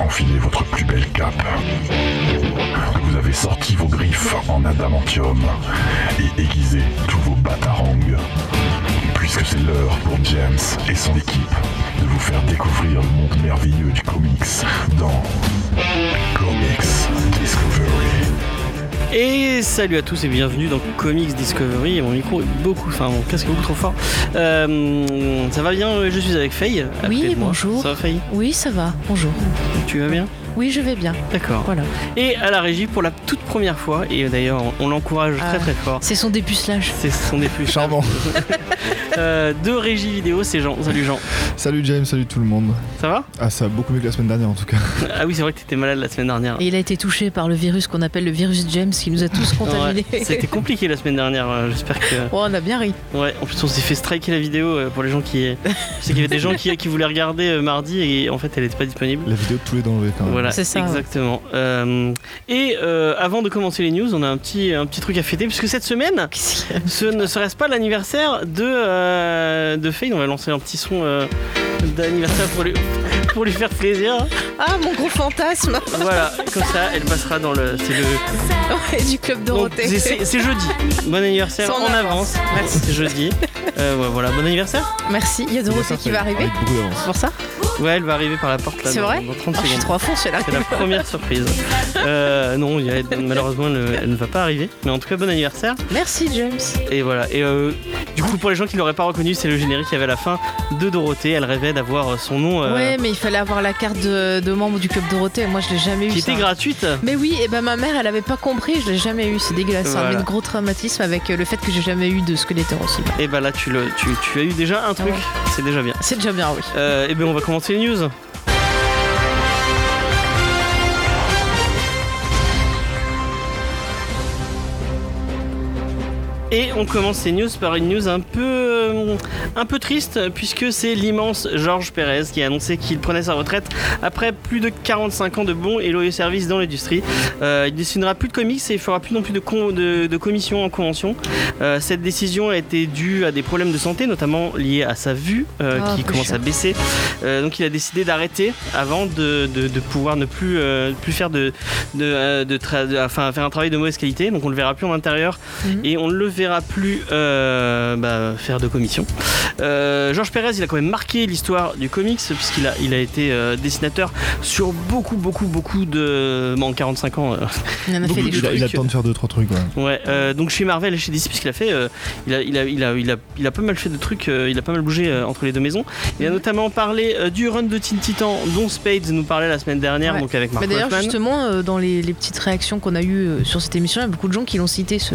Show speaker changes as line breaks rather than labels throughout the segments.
enfilé votre plus belle cape, que vous avez sorti vos griffes en adamantium et aiguisé tous vos batarangs, puisque c'est l'heure pour James et son équipe de vous faire découvrir le monde merveilleux du comics dans Comics Discovery.
Et salut à tous et bienvenue dans Comics Discovery. Mon micro est beaucoup, enfin mon casque est beaucoup trop fort. Euh, ça va bien, je suis avec Faye. à côté
Oui,
de moi.
bonjour.
Ça va Faye
Oui, ça va. Bonjour.
Tu vas bien
Oui, je vais bien.
D'accord.
Voilà.
Et à la régie pour la toute première fois, et d'ailleurs on l'encourage très
Ah.
très fort.
C'est son dépucelage.
C'est son des plus
Charmant.
Euh, de régie vidéo, c'est Jean. Salut Jean.
Salut James, salut tout le monde.
Ça va
Ah, ça a beaucoup mieux que la semaine dernière en tout cas.
Ah oui, c'est vrai que t'étais malade la semaine dernière.
Et il a été touché par le virus qu'on appelle le virus James qui nous a tous contaminés.
Ouais, C'était compliqué la semaine dernière. euh, J'espère que.
Oh, on a bien ri.
Ouais, en plus on s'est fait striker la vidéo euh, pour les gens qui. C'est qu'il y avait des gens qui, qui voulaient regarder euh, mardi et en fait elle n'était pas disponible.
La vidéo de tous les dangers quand même.
Voilà,
C'est ça, ouais.
exactement. Euh, et euh, avant de commencer les news, on a un petit, un petit truc à fêter, puisque cette semaine,
Qu'est-ce qu'il y a
ce ne serait-ce pas l'anniversaire de, euh, de Faye On va lancer un petit son euh, d'anniversaire pour lui, pour lui faire plaisir.
Ah, mon gros fantasme
Voilà, comme ça, elle passera dans le. C'est le.
Ouais, du club
donc,
Dorothée.
c'est- c'est c'est jeudi. Bon anniversaire
C'est en
en avance.
Merci.
C'est jeudi. Euh, ouais, voilà, bon anniversaire.
Merci. Il y a Dorothée qui va arriver.
Avec beaucoup d'avance.
C'est pour ça
Ouais, elle va arriver par la porte là.
C'est
dans,
vrai
dans 30
Oh, Je suis
secondes.
trop à fond, celle-là.
C'est la première surprise. Euh, non, il y a- malheureusement, elle, ne- elle ne va pas arriver. Mais en tout cas, bon anniversaire.
Merci, James.
Et voilà. Et euh, du coup, pour les gens qui l'auraient pas reconnu, c'est le générique qu'il y avait à la fin de Dorothée. Elle rêvait d'avoir euh, son nom euh,
Ouais, mais il fallait avoir la carte de, de membre du club Dorothée. Moi, je l'ai jamais
qui
eu.
était
ça.
gratuite.
Mais oui, et ben ma mère, elle avait pas compris, je l'ai jamais eu, c'est dégueulasse. Ça
Voilà.
un gros traumatisme avec euh, le fait que j'ai jamais eu de squelette aussi.
Et bah là, tu, le, tu, tu as eu déjà un truc.
ouais.
C'est déjà bien.
C'est déjà bien, oui.
Euh, et bien, on va commencer les news. Et on commence ces news par une news un peu, euh, un peu triste, puisque c'est l'immense Georges Pérez qui a annoncé qu'il prenait sa retraite après plus de 45 ans de bons et loyaux services dans l'industrie. Euh, il ne signera plus de comics et il fera plus non plus de, con- de, de commissions en convention. Euh, cette décision a été due à des problèmes de santé, notamment liés à sa vue euh,
Ah,
qui
peu
commence
cher.
à baisser. Euh, donc il a décidé d'arrêter avant de, de- de pouvoir ne plus, euh, plus faire de, de, euh, de tra- de- enfin, faire un travail de mauvaise qualité. Donc on le verra plus en intérieur
Mhm.
et on ne le verra plus euh, bah, faire de commission. Euh, Georges Pérez, il a quand même marqué l'histoire du comics puisqu'il a, il a été euh, dessinateur sur beaucoup, beaucoup, beaucoup de. Bon, en 45 ans. euh,
Il en a
Beaucoup
fait des
de-
Il a,
choses.
il a
trucs.
le temps de faire 2-3 trucs. Ouais. Ah,
Ouais, euh, donc chez Marvel et chez DC, puisqu'il a fait, euh, il, a, il, a, il, a, il, a, il a pas mal fait de trucs, euh, il a pas mal bougé euh, entre les deux maisons. Il a notamment parlé euh, du run de Teen Titan dont Spades nous parlait la semaine dernière,
Ouais.
donc avec Mark
Bah, D'ailleurs,
Wolfman.
justement, euh, dans les, les petites réactions qu'on a eues euh, sur cette émission, il y a beaucoup de gens qui l'ont cité ce,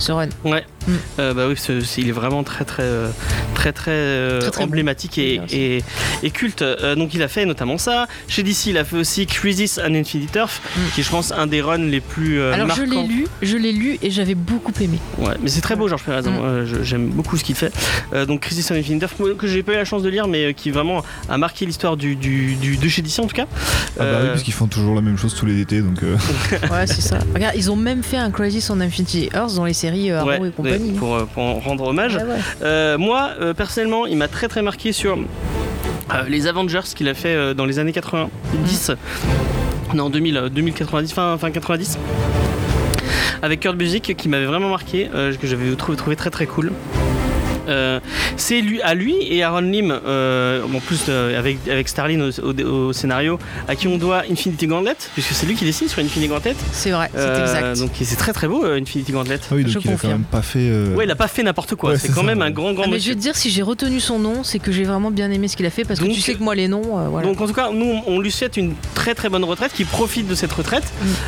ce run.
Ouais.
Mm.
Euh, bah oui, ce- ce- il est vraiment très très euh, très très, euh,
Très, très
emblématique et,
bon.
et, et culte. Euh, donc il a fait notamment ça. Chez DC, il a fait aussi Crisis and Infinite Earth,
Mm.
qui est, je pense un des runs les plus euh,
Alors, je
marquants.
l'ai lu, je l'ai lu et j'avais beaucoup aimé.
Ouais, mais c'est très beau, Georges Pérez. hein.
Mm.
Euh, je- J'aime beaucoup ce qu'il fait. Euh, donc, Crisis on Infinite Earth, moi, que j'ai pas eu la chance de lire, mais euh, qui vraiment a marqué l'histoire du, du, du- de chez DC en tout cas.
Ah bah oui,
Euh,
parce qu'ils font toujours la même chose tous les étés donc. euh,
Ouais, c'est ça. Regarde, ils ont même fait un Crisis on Infinity Earth dans les séries euh, Arrow
ouais,
et compagnie.
pour, euh, pour en rendre hommage.
Ouais, ouais.
Euh, moi, euh, personnellement, il m'a très très marqué sur euh, les Avengers qu'il a fait euh, dans les années 90. Non, 2000, euh, 2090, fin, fin 90. Avec Kurt Busiek qui m'avait vraiment marqué, euh, que j'avais trouvé, trouvé très très cool. Euh, c'est lui, à lui et Aaron Lim, euh, en plus euh, avec, avec Starlin au, au- au scénario, à qui on doit Infinity Gauntlet, puisque c'est lui qui dessine sur Infinity Gauntlet.
C'est vrai, c'est
Euh,
exact.
Donc c'est très très beau euh, Infinity Gauntlet.
Ah oui, donc
Je
il a quand
confirme.
même pas fait. euh,
Ouais, il a pas fait n'importe quoi,
Ouais,
c'est
c'est
quand
ça.
même un grand grand
Ah, mais je
monsieur.
vais te dire, si j'ai retenu son nom, c'est que j'ai vraiment bien aimé ce qu'il a fait parce
Donc,
que tu sais que moi, les noms, euh, voilà.
Donc en tout cas, nous, on lui souhaite une très très bonne retraite, qui profite de cette retraite.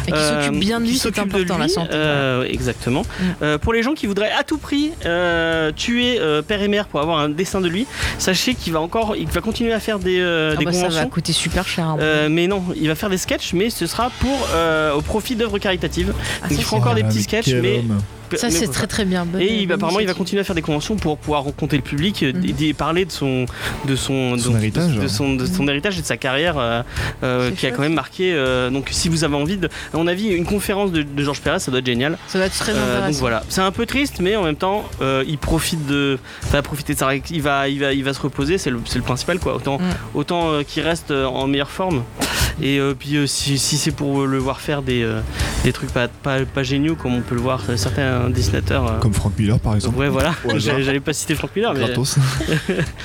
et qui
Euh,
s'occupe bien de
qui
lui, c'est
s'occupe de
important, la
lui,
santé.
euh, exactement.
Mm.
Euh, pour les gens qui voudraient à tout prix euh, tuer euh, père et mère pour avoir un dessin de lui, sachez qu'il va encore, il va continuer à faire des, euh,
Ah
des
bah, ça va
conventions.
coûter super cher. hein.
Euh, mais non, il va faire des sketchs, mais ce sera pour euh, au profit d'œuvres caritatives.
Ah,
donc
ça,
il fera encore des
Ah,
petits
mais
sketchs,
quel
mais
homme.
Ça,
mais
c'est
bon,
très très bien. Bonne-
Et il,
bonne
apparemment, il va
initiative.
continuer à faire des conventions pour pouvoir rencontrer le public, euh,
Mhm.
et, et parler de son, de son,
Son
de- de-
héritage.
de son, de son héritage et de sa carrière euh, euh,
Mhm. C'est
qui a
chouette.
quand même marqué. euh, donc, si vous avez envie, de, à mon avis, une conférence de, de Georges Perez, ça doit être génial.
Ça va être très
Euh, donc
intéressant.
voilà, c'est un peu triste, mais en même temps, euh, il profite de, va profiter de sa, ré- il va, il va, il va se reposer. C'est le, c'est le principal quoi. Autant,
Mhm.
autant euh, qu'il reste euh, en meilleure forme. Et euh, puis euh, si, si c'est pour le voir faire des, euh, des trucs pas, pas, pas géniaux, comme on peut le voir euh, certains dessinateurs. euh,
Comme Frank Miller par exemple.
Ouais, voilà,
Au hasard.
j'allais j'allais pas citer Franck Miller, mais.
Gratos.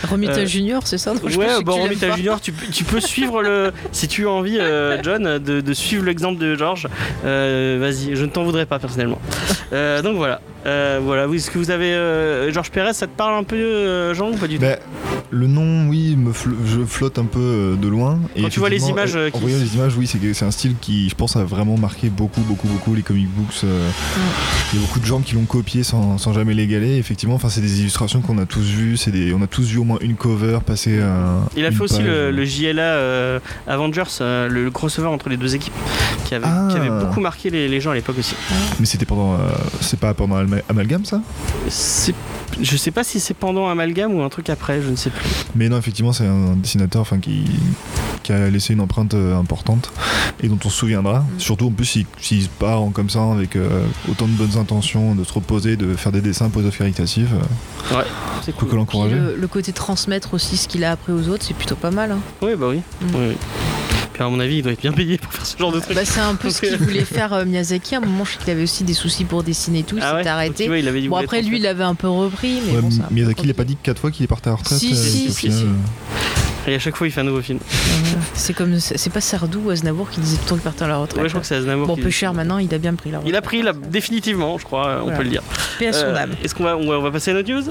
Remita
Euh,
Junior, c'est ça Non, je pensais
Ouais,
que
bon,
tu
Romita
l'aimes pas.
Junior, tu, peux- tu peux suivre le. si tu as envie, euh, John, de, de suivre l'exemple de George, euh, vas-y, je ne t'en voudrais pas personnellement. Euh, donc voilà. Euh, voilà, oui, est-ce que vous avez. euh, Georges Pérez, ça te parle un peu, euh, Jean, ou pas du tout
Bah, le nom, oui, me fl- je flotte un peu euh, de loin. Et
Quand tu vois les
effectivement,
images,
euh,
euh,
en
qui-
voyant les images, oui, c'est que- c'est un style qui, je pense, a vraiment marqué beaucoup, beaucoup, beaucoup les comic books. euh,
Mm.
Il y a beaucoup de gens qui l'ont copié sans, sans jamais l'égaler. Effectivement, enfin, c'est des illustrations qu'on a tous vues. C'est des, on a tous vu au moins une cover passer. euh, un-
Il a
une
fait aussi
page.
le, le JLA euh, Avengers, euh, le, le crossover entre les deux équipes, qui avait,
Ah.
qui avait beaucoup marqué les, les gens à l'époque aussi.
Mais c'était pendant, euh, c'est pas pendant Alma- Amalgam ça
C'est- Je sais pas si c'est pendant Amalgam ou un truc après, je ne sais plus.
Mais non, effectivement, c'est un dessinateur enfin, qui, qui a laissé une empreinte euh, importante et dont on se
Mm.
souviendra. Surtout en plus, s'il s'il part en comme ça, avec euh, autant de bonnes intentions, de se reposer, de faire des dessins pour caritatifs, euh,
C'est
faut que
cool.
Puis euh,
l'encourager.
le, le côté transmettre aussi ce qu'il a appris aux autres, c'est plutôt pas mal. hein.
Oui, bah oui.
Mm.
oui, oui. Puis à mon avis, il doit être bien payé pour faire ce genre de truc.
Bah, c'est un peu ce qu'il voulait faire euh, Miyazaki. À un moment, je sais qu'il avait aussi des soucis pour dessiner et tout, il
Ah ouais
s'est
Donc, tu
arrêté.
vois, il avait dit
Bon,
vous
après,
voulez
lui, il avait un peu repris, mais
Ouais,
bon, ça.
Miyazaki, il n'a pas dit quatre fois qu'il est parti à la retraite.
Si, si,
parce qu'au
si,
final,
si.
euh,
transmettre. Et à chaque fois, il fait un nouveau film.
hein. C'est comme. C'est pas Sardou ou Aznavour qui disait tout le temps qu'il partait à la retraite.
Ouais, je crois que c'est Aznavour.
Bon,
qui-
peu cher maintenant, il a bien pris la
Il
retraite.
a pris là, définitivement, je crois, on
Voilà.
peut le dire.
Paix à son
Euh,
âme.
Est-ce qu'on va, on va, on va passer à notre news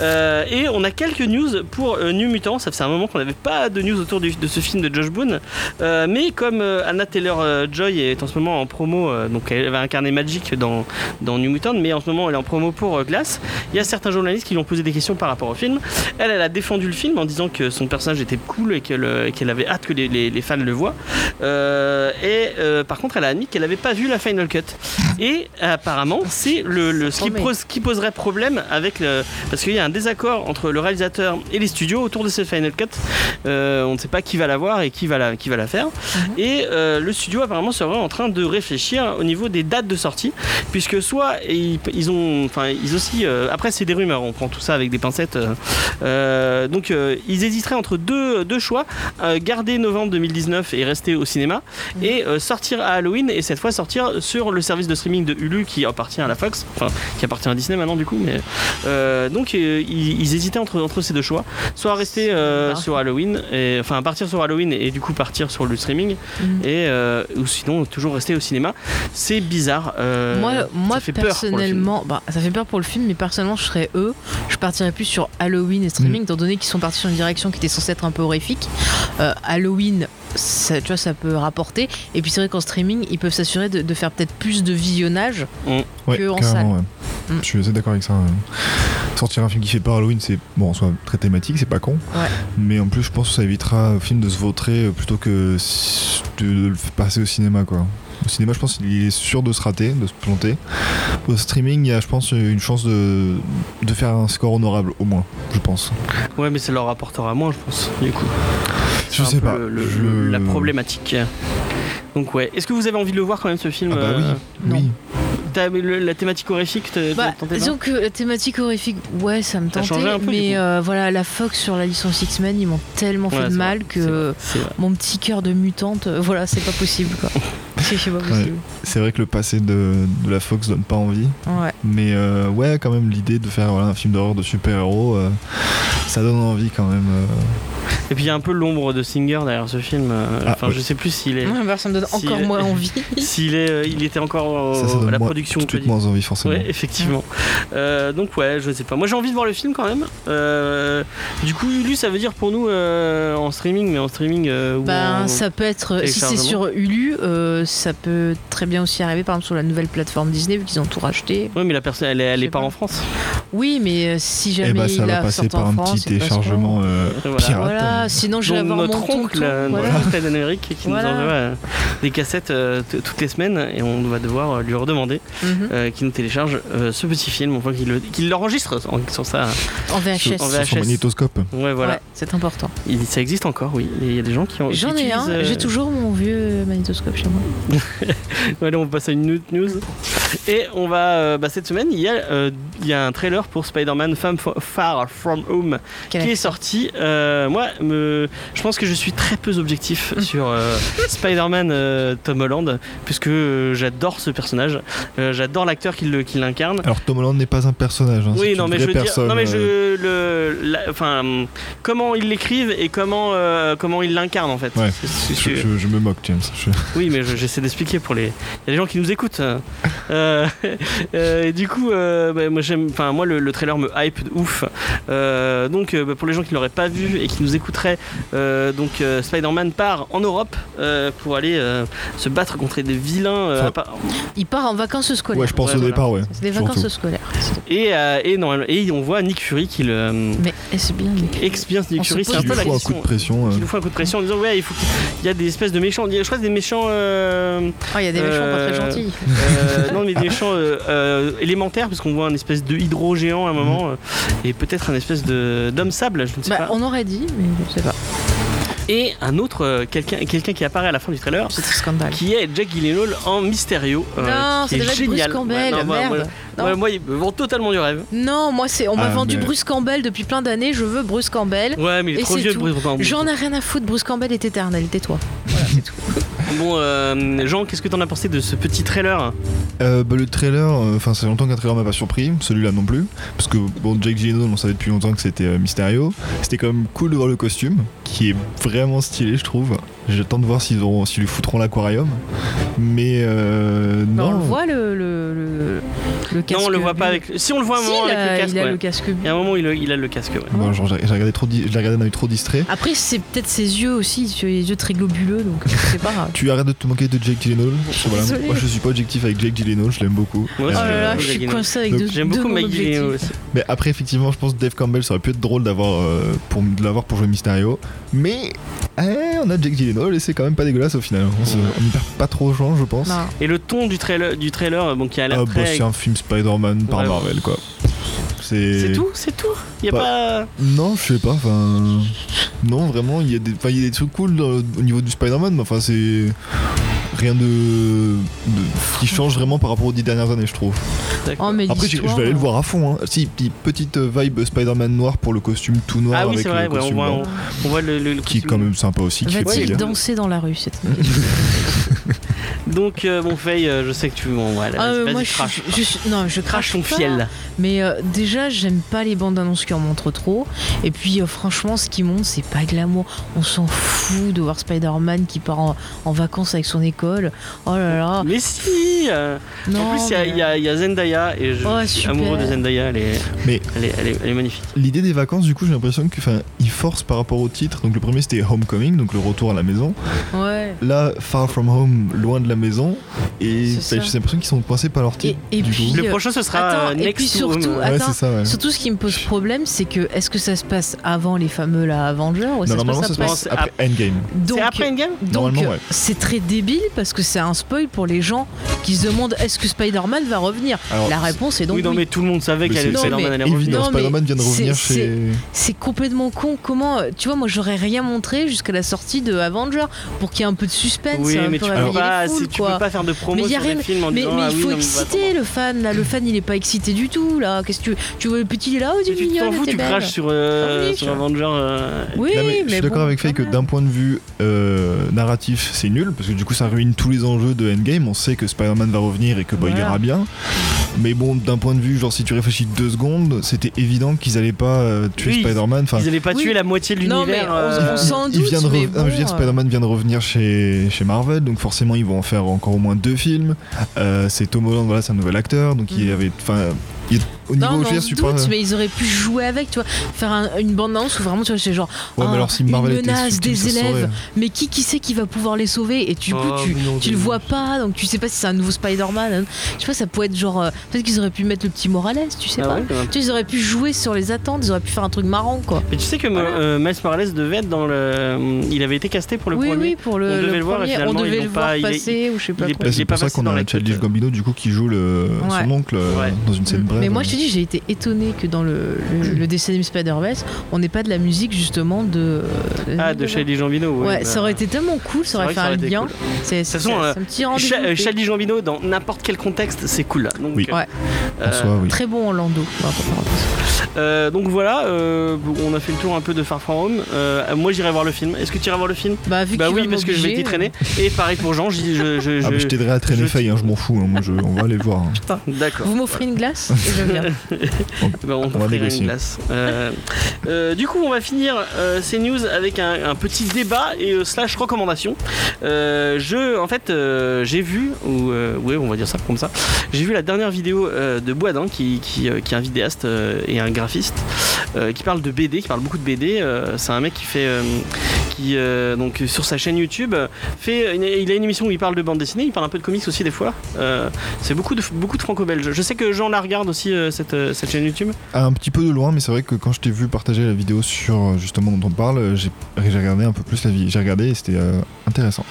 Euh, Et on a quelques news pour euh, New Mutant. Ça faisait un moment qu'on n'avait pas de news autour du- de ce film de Josh Boone. Euh, mais comme euh, Anna Taylor-Joy est en ce moment en promo, euh, donc elle va incarner Magic dans, dans New Mutant, mais en ce moment elle est en promo pour euh, Glass, il y a certains journalistes qui lui ont posé des questions par rapport au film. Elle, elle a défendu le film en disant que son personnage était cool et qu'elle euh, et qu'elle avait hâte que les, les- les fans le voient. Euh, et euh, par contre, elle a admis qu'elle n'avait pas vu la Final Cut. Et apparemment, c'est le, le- ce qui,
promet.
pose- qui poserait problème avec le. Parce qu'il y a un désaccord entre le réalisateur et les studios autour de cette Final Cut. Euh, on ne sait pas qui va la voir et qui va la, qui va la faire. Et euh, le studio apparemment serait en train de réfléchir au niveau des dates de sortie, puisque soit ils, ils ont, enfin ils aussi, euh, après c'est des rumeurs, on prend tout ça avec des pincettes. euh, euh, donc euh, ils hésiteraient entre deux, deux choix, euh, garder novembre 2019 et rester au cinéma,
Mhm.
et euh, sortir à Halloween et cette fois sortir sur le service de streaming de Hulu qui appartient à la Fox, enfin qui appartient à Disney maintenant du coup, mais euh, donc euh, ils, ils hésitaient entre, entre ces deux choix, soit rester euh,
Ah.
sur Halloween, et, enfin partir sur Halloween et du coup partir sur le streaming
Mhm.
et euh, ou sinon toujours rester au cinéma. C'est bizarre. euh,
Moi, moi
ça fait peur pour le film.
personnellement, bah, ça fait peur pour le film, mais personnellement, je serais eux. Je partirais plus sur Halloween et
Mm.
streaming, étant donné qu'ils sont partis sur une direction qui était censée être un peu horrifique. Euh, Halloween, ça, tu vois, ça peut rapporter. Et puis c'est vrai qu'en streaming, ils peuvent s'assurer de, de faire peut-être plus de visionnage.
ouais,
Que en
carrément, ouais.
Mm.
Je suis assez d'accord avec ça. ouais. Sortir un film qui fait pas Halloween, c'est bon, en soi très thématique, c'est pas con.
Ouais.
Mais en plus, je pense que ça évitera au film de se vautrer euh, plutôt que si- de le f- passer au cinéma, quoi. Au cinéma, je pense qu'il est sûr de se rater, de se planter. Au streaming, il y a, je pense, une chance de, de faire un score honorable, au moins, je pense.
Ouais, mais ça leur rapportera moins, je pense. Du coup,
Je
C'est un
sais
peu
pas.
le- le-
Je-
la problématique. Donc ouais. Est-ce que vous avez envie de le voir quand même ce film
Ah bah oui,
euh,
non.
oui.
t'as- le- La thématique horrifique, t'es-
Bah,
t'en tentais pas
disons que la thématique horrifique, ouais, ça me
Ça a
tentait.
changé un peu, du
mais
coup.
euh, voilà, la Fox sur la licence X-Men, ils m'ont tellement
Ouais,
fait de
c'est
mal
vrai,
que
c'est vrai, c'est vrai.
mon petit cœur de mutante, euh, voilà, c'est pas possible quoi. c'est c'est pas possible.
C'est vrai que le passé de, de la Fox donne pas envie.
Ouais.
Mais euh, ouais, quand même, l'idée de faire voilà, un film d'horreur de super-héros, euh, ça donne envie quand même. euh.
Et puis il y a un peu l'ombre de Singer derrière ce film. euh,
Ah,
Enfin,
ouais.
je sais plus s'il est,
Ouais, bah, ça me donne
Si-
encore moins envie.
s'il est, euh, il était encore euh,
ça, ça donne
à la
moins-
production.
tout
on
de
peut
suite
dire.
moins envie, forcément.
Ouais, effectivement. Euh, donc ouais, je sais pas. Moi j'ai envie de voir le film quand même. Euh, du coup, Hulu, ça veut dire pour nous euh, en streaming, mais en streaming euh, ou
Ben,
en-
ça peut être. Si c'est
téléchargement.
sur Hulu, euh, ça peut très bien aussi arriver, par exemple, sur la nouvelle plateforme Disney, vu qu'ils ont tout racheté.
Ouais, mais la personne, elle, est- elle
Je
est
sais
pas,
pas.
en France.
Oui, mais euh, si jamais
Et bah, ça
il
va
a
passer
sorti en
par un
France,
petit
ils passeront.
téléchargement euh,
Voilà.
pirate.
Voilà, sinon je vais
Donc,
avoir mon
notre oncle,
tonton.
euh, notre
voilà.
oncle d'Amérique, qui
Voilà.
nous envoie euh, des cassettes euh, t- toutes les semaines et on va devoir euh, lui redemander
Mhm.
euh, qu'il nous télécharge euh, ce petit film, enfin qu'il le- qu'il l'enregistre en- sur ça.
En VHS.
en
Sur son
VHS.
magnétoscope.
Ouais, voilà.
Ouais, c'est important.
Il- ça existe encore, oui. Il y a des gens qui ont.
J'en
qui
ai un,
utilisent, euh,
j'ai toujours mon vieux magnétoscope chez moi.
Allez, on passe à une autre news. Et on va, euh, bah, cette semaine, il y, a, euh, il y a un trailer pour Spider-Man Fam- Far From Home
Quel
qui est sorti. Euh, moi, me- je pense que je suis très peu objectif sur euh, Spider-Man euh, Tom Holland, puisque euh, j'adore ce personnage, Euh, j'adore l'acteur qui le- qui l'incarne.
Alors Tom Holland n'est pas un personnage, hein, c'est
Oui,
une
non mais,
vraie
je veux dire,
personne.
non mais
euh,
je le, la- enfin, comment ils l'écrivent et comment euh, comment ils l'incarnent en fait.
Ouais.
C'est-
Je,
c'est-
je- je me moque, James. Je-
oui, mais je- j'essaie d'expliquer pour les. Il y a des gens qui nous écoutent. Euh, euh, et du coup, euh, bah, moi, j'aime. Enfin, moi, le, le trailer me hype de ouf. Euh, donc, euh, bah, pour les gens qui l'auraient pas vu et qui nous écouteraient, euh, donc euh, Spider-Man part en Europe euh, pour aller euh, se battre contre des vilains. euh,
Enfin,
à part-
Il part en vacances scolaires.
Ouais, je pense
Ouais,
au
voilà.
départ, ouais.
C'est des
surtout.
vacances scolaires.
Et euh, et, normalement- et on voit Nick Fury qui le euh,
Mais est-ce bien lui
expire Nick
On se
Fury.
pose
C'est un
Il
peu
lui
la
faut un coup de
question.
pression. euh.
Qui nous faut un coup de pression en disant ouais il faut qu'il y a des espèces de méchants je crois que c'est des méchants euh,
Ah, il y a des méchants pas très
Euh,
gentils.
Euh, non mais des champs euh, euh, élémentaires parce qu'on voit un espèce de hydro géant à un moment euh, et peut-être un espèce de d'homme sable je ne sais
Mhm. Bah,
pas
on aurait dit, mais je sais pas.
et un autre euh, quelqu'un quelqu'un qui apparaît à la fin du trailer
C'est un scandale.
qui est Jack Gyllenhaal en Mysterio euh,
non,
qui
c'est
est
déjà du Bruce
génial.
Campbell,
Ouais, non, moi-
merde.
moi,
Non.
ouais, moi, il me vend totalement du rêve
Non, moi, c'est, on m'a
Ah,
vendu
mais-
Bruce Campbell depuis plein d'années. Je veux Bruce Campbell.
ouais mais il est
Et
trop
c'est
vieux
tout.
Bruce Campbell.
J'en ai rien à foutre. Bruce Campbell est éternel, tais-toi.
bon euh, Jean qu'est-ce que t'en as pensé de ce petit trailer
Euh, bah, le trailer, euh, enfin, ça fait longtemps qu'un trailer m'a pas surpris, celui-là non plus, parce que bon, Jake Gyllenhaal, on savait depuis longtemps que c'était euh, Mysterio. C'était quand même cool de voir le costume, qui est vraiment stylé, je trouve. J'attends de voir s'ils auront, s'ils lui foutront l'aquarium, mais euh,
Bah,
non.
on le voit le, le, le, le casque.
non on le voit pas
bleu.
avec si on le voit un
Si,
moment
il a,
avec le casque
il a
ouais.
le casque bleu.
il y a un moment où il a, il a le casque ouais.
Bon, genre, j'ai j'ai regardé trop, di- je l'ai regardé d'un œil trop distrait.
Après, c'est peut-être ses yeux aussi, ses- les yeux très globuleux, donc euh, c'est pas grave.
Tu arrêtes de te moquer de Jake Gyllenhaal. Voilà,
désolée.
moi, je suis pas objectif avec Jake Gyllenhaal, je l'aime beaucoup.
Ouais,
Oh
c'est-
là là,
Euh,
je suis
Gyllenhaal.
coincé avec
Donc,
deux
j'aime
deux
beaucoup
grands
Mike
objectifs.
Gyllenhaal aussi
Mais après, effectivement, je pense que Dave Campbell, ça aurait pu être drôle d'avoir euh, pour de l'avoir pour jouer Mysterio. Mais eh, on a Jack Gyllenhaal et c'est quand même pas dégueulasse au final. hein. On se- on n'y perd pas trop gens, je pense.
Non.
Et le ton du trailer, du trailer euh, bon, qui a
Ah,
l'air
bah,
très...
c'est un film Spider-Man par
Ouais.
Marvel, quoi. C'est
C'est tout, c'est tout. Il y a
Bah,
pas.
Non, je sais pas. Enfin, non, vraiment, il y a des, enfin, il y a des trucs cool dans- au niveau du Spider-Man, mais enfin, c'est rien de, de- qui change vraiment par rapport aux dix dernières années, je trouve.
Oh, mais
Après, je je
l'histoire,
vais aller le voir à fond. Hein. Si petite- petite euh, vibe Spider-Man noir pour le costume tout noir
Ah oui,
avec
c'est
le
vrai, ouais, on
costume
voit,
blanc.
on, on voit le. le- le
qui est quand même sympa aussi, qui fait
Va-t-il
plaisir.
danser dans la rue cette nuit
Donc, euh, bon, Faye, euh, je sais que tu. Bon, voilà,
Ah, euh,
vas-y,
Moi, je,
crache.
je- je suis- non, je
Crache
crache
ton
pas,
fiel.
Mais euh, déjà, j'aime pas les bandes annonces qui en montrent trop. Et puis, euh, franchement, ce qui montre, c'est pas glamour. On s'en fout de voir Spider-Man qui part en, en vacances avec son école. Oh là là.
Mais si euh,
Non,
En plus, il y a-
mais-
il y, a- il y a Zendaya et je
Oh,
suis
super.
amoureux de Zendaya, elle est,
Mais-
elle est, elle est- elle est magnifique.
L'idée des vacances, du coup, j'ai l'impression que, enfin, ils forcent par rapport au titre. Donc le premier c'était Homecoming, donc le retour à la maison.
euh, Ouais.
Là, Far From Home, loin de la maison. Et
C'est
bah,
ça.
j'ai l'impression qu'ils sont coincés par leur
Et,
titre.
et
du
puis.
coup.
Le
euh,
prochain, ce sera
attends,
euh,
et
Next
puis surtout,
Home.
Ouais,
attends,
c'est ça. Ouais.
Surtout, ce qui me pose problème, c'est que est-ce que ça se passe avant les fameux là, Avengers ou
Non,
ça se
normalement,
passe
ça se
après
passe
C'est
après Endgame.
Donc, euh,
C'est après une game
Donc
Normalement, ouais.
c'est très débile parce que c'est un spoil pour les gens qui se demandent est-ce que Spider-Man va revenir
Alors,
La réponse est donc
Oui, non,
oui.
mais tout le monde savait
Mais
qu'elle
c'est-
est Spider-Man,
Non,
elle est
c'est
revenue.
évident,
Non, mais
Spider-Man vient de
c'est-
revenir
c'est-
chez.
C'est complètement con. Comment euh, tu vois moi j'aurais rien montré jusqu'à la sortie de Avenger pour qu'il y ait un peu de suspense, hein,
Oui,
un
mais
peu
tu
réveiller
peux,
les
pas,
foules,
si tu
quoi.
peux pas faire de
Mais
promo
il y a
sur
rien.
les films en
mais,
disant
mais
ah
il
oui,
faut
non, mais on va
exciter
attendre.
le fan là. Le fan il est pas excité du tout là. Qu'est-ce que tu tu vois le petit il est là oh,
Mais
tu
tu t'en
mignonne,
fous,
t'es
tu
belle.
craches sur, euh,
Ah oui,
sur
je-
Avenger. euh,
Oui,
Non, mais je suis
bon,
d'accord avec Faye que
voilà.
d'un point de vue euh, narratif, c'est nul parce que du coup, ça ruine tous les enjeux de Endgame. On sait que Spider-Man va revenir et que bah, il
Voilà.
ira bien. Mais bon, d'un point de vue, genre si tu réfléchis deux secondes, c'était évident qu'ils allaient pas euh, tuer
Oui,
Spider-Man. Enfin,
Ils n'allaient pas
Oui.
tuer la moitié de
Non, mais
l'univers.
on-
euh,
on s'en
il vient de
doute, mais
rev- non, je veux dire,
bon, euh.
Spider-Man vient de revenir chez, chez Marvel, donc forcément ils vont en faire encore au moins deux films. Euh, c'est Tom Holland, voilà, c'est un nouvel acteur, donc il
Mhm.
avait, enfin, il- au niveau
Non, mais
je veux
on se
dire, je suis
doute,
pas- euh.
mais ils auraient pu jouer avec, tu vois, faire un- une bande annonce où vraiment, tu vois, c'est genre
Ouais,
ah,
mais alors si
une
Marvel était
menace
subtil, ça
des
se
élèves,
saurait.
mais qui qui sait qui va pouvoir les sauver Et du coup,
Oh,
tu,
mais non,
tu le
mais
vois
non.
pas, donc tu sais pas si c'est un nouveau Spider-Man. hein. Je sais pas, ça pourrait être genre, euh, peut-être qu'ils auraient pu mettre le petit Morales, tu sais
Ah
pas.
ouais, quand même.
Tu sais, ils auraient pu jouer sur les attentes, ils auraient pu faire un truc marrant, quoi.
Mais tu sais que euh, Miles Morales devait être dans le. Il avait été casté pour le
oui,
premier.
oui, pour le,
On devait
le
le voir, et
premier, on
finalement, ils
devait
l'ont
le voir
pas- il est-
passer ou je sais pas
il est
Là,
quoi.
pas-
c'est pour ça
passé
qu'on
dans
a
la
Childish
tête.
Gambino du coup qui joue le, son
Ouais.
oncle euh,
Ouais.
dans une scène brève.
Mais moi, je te dis, dit, j'ai été étonné que dans le, le, le dessin animé Spider-Verse, on n'ait pas de la musique justement de. euh,
Ah, de Shelley Jambino.
Ouais,
oui, bah.
ça aurait été tellement cool, ça aurait
c'est
fait
vrai
un
que ça aurait été
lien.
cool.
C'est
toute
c'est-
façon, euh,
c'est un petit rendu.
Cha- euh, Shelley Jambino, dans n'importe quel contexte, c'est cool. Donc,
Oui.
euh,
Ouais.
En soi, oui.
Très bon Orlando. par rapport à ça.
euh, donc voilà, euh, on a fait le tour un peu de Far From Home. Euh, moi, j'irai voir le film. Est-ce que tu iras voir le film
Bah, vu que
Bah
tu
oui,
vas
parce que je vais
m'obliger,
t'y
euh.
traîner. Et pareil pour Jean, j'y- je, je, je,
Ah, mais je t'aiderai à traîner
je-
Faye, hein, je m'en fous. hein, moi, je- on va aller voir. hein.
D'accord.
Vous m'offrez une glace et je viens.
Bah, on
va
t'offrira une
négocier.
glace. Euh, euh, du coup, on va finir euh, ces news avec un, un petit débat et euh, slash recommandation. Euh, je, en fait, euh, j'ai vu, ou euh, ouais, on va dire ça comme ça. J'ai vu la dernière vidéo euh, de Boisdin, qui, qui, euh, qui est un vidéaste euh, et un graphiste, euh, qui parle de BD, qui parle beaucoup de BD. Euh, C'est un mec qui fait, euh, qui euh, donc sur sa chaîne YouTube euh, fait, une- il a une émission où il parle de bande dessinée, il parle un peu de comics aussi des fois. Euh, C'est beaucoup de beaucoup de franco-belges. Je sais que Jean la regarde aussi euh, cette, euh, cette chaîne YouTube.
Ah, un petit peu de loin, mais c'est vrai que quand je t'ai vu partager la vidéo sur euh, justement dont on parle, euh, j'ai j'ai regardé un peu plus la vie. J'ai regardé et c'était euh, intéressant.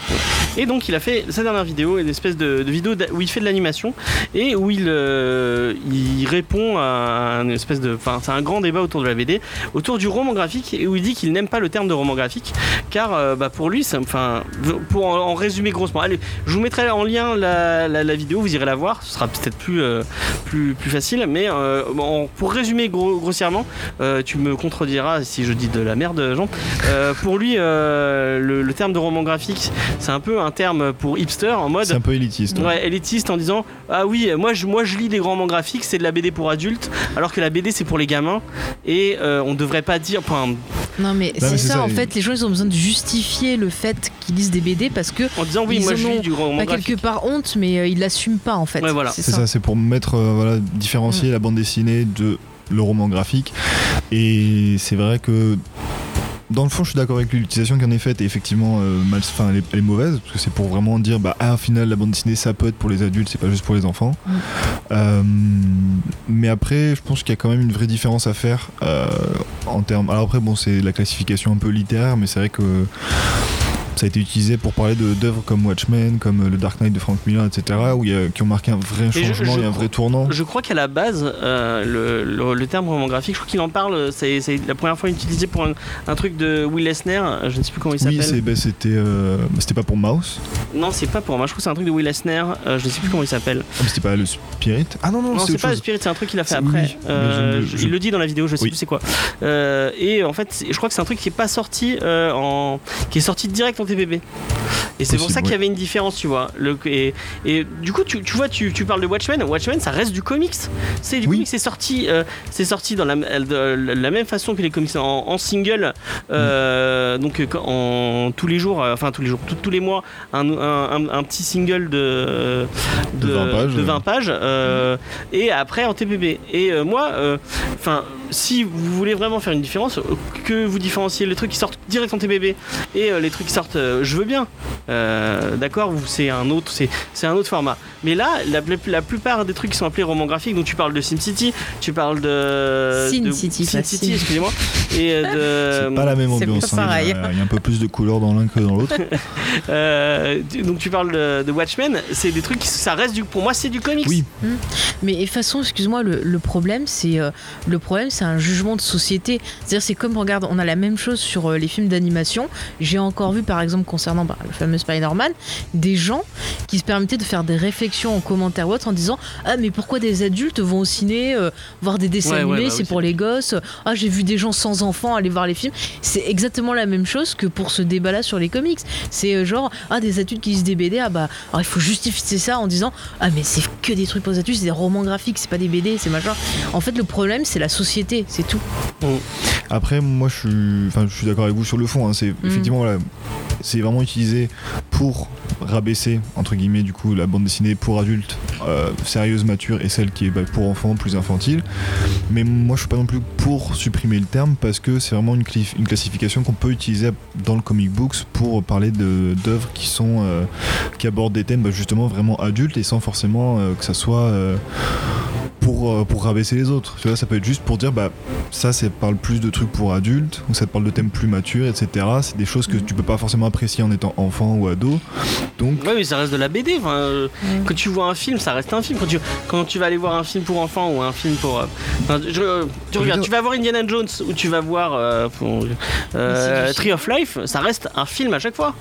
Et donc il a fait sa dernière vidéo, une espèce de, de vidéo d'a- où il fait de l'animation et où il, euh, il répond à une espèce de... Enfin c'est un grand débat autour de la BD, autour du roman graphique et où il dit qu'il n'aime pas le terme de roman graphique car euh, bah, pour lui, c'est- enfin pour en, en résumer grossement, allez, je vous mettrai en lien la, la- la vidéo, vous irez la voir, ce sera peut-être plus, euh, plus, plus facile, mais euh, en- pour résumer gro- grossièrement, euh, tu me contrediras si je dis de la merde Jean, Euh, pour lui euh, le- le terme de roman graphique c'est un peu un terme pour hipster en
C'est
mode
un peu élitiste. ouais.
ouais, élitiste en disant ah oui moi je moi je lis des grands romans graphiques c'est de la BD pour adultes alors que la BD c'est pour les gamins et euh, on devrait pas dire enfin,
Non mais c'est
mais c'est
ça,
ça,
en
il-
fait les gens ils ont besoin de justifier le fait qu'ils lisent des BD parce que
en disant oui
Ils
moi
en
je lis
ont
du grand roman
pas
graphique
quelque part honte mais euh, ils l'assument pas en fait.
Ouais, voilà.
C'est
C'est
ça.
ça, c'est pour mettre, euh, voilà, différencier la bande dessinée de le roman graphique. Et c'est vrai que. Dans le fond, je suis d'accord avec lui. L'utilisation qui en est faite est effectivement euh, mal, enfin, elle, est, elle est mauvaise parce que c'est pour vraiment dire, bah, ah, au final, la bande dessinée, ça peut être pour les adultes, c'est pas juste pour les enfants.
Mm.
Euh, mais après, je pense qu'il y a quand même une vraie différence à faire euh, en termes. Alors après, bon, c'est la classification un peu littéraire, mais c'est vrai que ça a été utilisé pour parler de- d'œuvres comme Watchmen, comme euh, le Dark Knight de Frank Miller, etc., où il y a, qui ont marqué un vrai
je-
changement
je
et un
crois-
vrai tournant.
je crois qu'à la base, euh, le, le- le terme roman graphique, je crois qu'il en parle, c'est c'est la première fois utilisé pour un, un truc de Will Eisner, je ne sais plus comment il
Oui,
s'appelle.
c'est- bah, c'était euh, bah, c'était pas pour Mouse,
non, c'est pas pour moi, je trouve que c'est un truc de Will Eisner, euh, je ne sais plus comment il s'appelle.
Ah, mais c'était pas le Spirit. Ah non, non,
Non,
c'est
c'est
autre
pas le
chose.
Spirit, c'est un truc qu'il a fait
C'est-
après.
oui, mais
Euh,
je ne-
je-
je-
Il le dit dans la vidéo, je sais
Oui.
plus c'est quoi. Euh, et en fait, c'est- je crois que c'est un truc qui est pas sorti euh, en. qui est sorti direct en TPB. Et c'est pour
Possible,
ça qu'il y
oui.
avait une différence, tu vois. Le, et, et du coup, tu, tu vois, tu, tu parles de Watchmen. Watchmen, ça reste du comics. C'est du
Oui.
comics, c'est sorti, euh, c'est sorti dans la, de la même façon que les comics en, en single. euh, Donc, euh, quand- en tous les jours, euh, enfin tous les jours, tous- tous les mois, un, un- un- un petit single de,
De 20 pages.
de 20 pages, euh, et après en TPB. Et euh, moi, enfin, si vous voulez vraiment faire une différence, euh, que vous différenciez les trucs qui sortent direct en TPB et euh, les trucs qui sortent, euh, je veux bien, Euh, d'accord, vous- c'est un autre, c'est c'est un autre format. Mais là, la, la- la plupart des trucs qui sont appelés romans graphiques, donc tu parles de SimCity, tu parles de
Sin
de-
City,
Sin
pas
City,
Sim.
excusez-moi, et euh,
C'est
de
pas la même
c'est pas
ambiance. hein.
pareil.
Il y a- il y a un peu plus de couleurs dans l'un que dans l'autre.
euh, tu- donc tu parles de, de Watchmen, c'est des trucs qui ça reste du, pour moi c'est du comics.
Oui.
Mais de toute façon, excuse-moi, le, le problème, c'est euh, le problème, c'est un jugement de société. C'est-à-dire, c'est comme regarde, on a la même chose sur euh, les films d'animation. J'ai encore vu, par exemple, concernant bah, le fameux Spider-Man, des gens qui se permettaient de faire des réflexions en commentaire ou autre en disant ah mais pourquoi des adultes vont au ciné euh, voir des dessins
Ouais, ouais,
animés,
bah
c'est
oui,
pour les gosses. Ah j'ai vu des gens sans enfants aller voir les films. C'est exactement la même chose que pour ce débat-là sur les comics. C'est euh, genre ah des adultes qui lisent des BD, ah bah alors il faut justifier ça en disant ah mais c'est que des trucs pour les adultes, c'est des romans graphiques, c'est pas des BD, c'est machin. En fait le problème c'est la société, c'est tout.
Après, moi, je suis, enfin, je suis d'accord avec vous sur le fond. hein. C'est effectivement, voilà, c'est vraiment utilisé pour rabaisser entre guillemets du coup la bande dessinée pour adultes euh, sérieuse, mature et celle qui est bah, pour enfants, plus infantile. Mais moi, je suis pas non plus pour supprimer le terme parce que c'est vraiment une, clif- une classification qu'on peut utiliser dans le comic books pour parler de- d'œuvres qui sont euh, qui abordent des thèmes bah, justement vraiment adultes et sans forcément euh, que ça soit euh, pour pour, euh, pour rabaisser les autres. Tu vois, ça peut être juste pour dire, bah, ça, ça parle plus de trucs pour adultes, ou ça te parle de thèmes plus matures, etc. C'est des choses que
Mm.
tu peux pas forcément apprécier en étant enfant ou ado. Donc,
Ouais, mais ça reste de la BD. enfin, euh, Quand tu vois un film, ça reste un film. Quand tu, quand tu vas aller voir un film pour enfants ou un film pour. euh, enfin, je- euh, tu regardes,
dire-
tu vas voir Indiana Jones ou tu vas voir euh, pour- euh,
Mais c'est du-
Tree of Life, ça reste un film à chaque fois.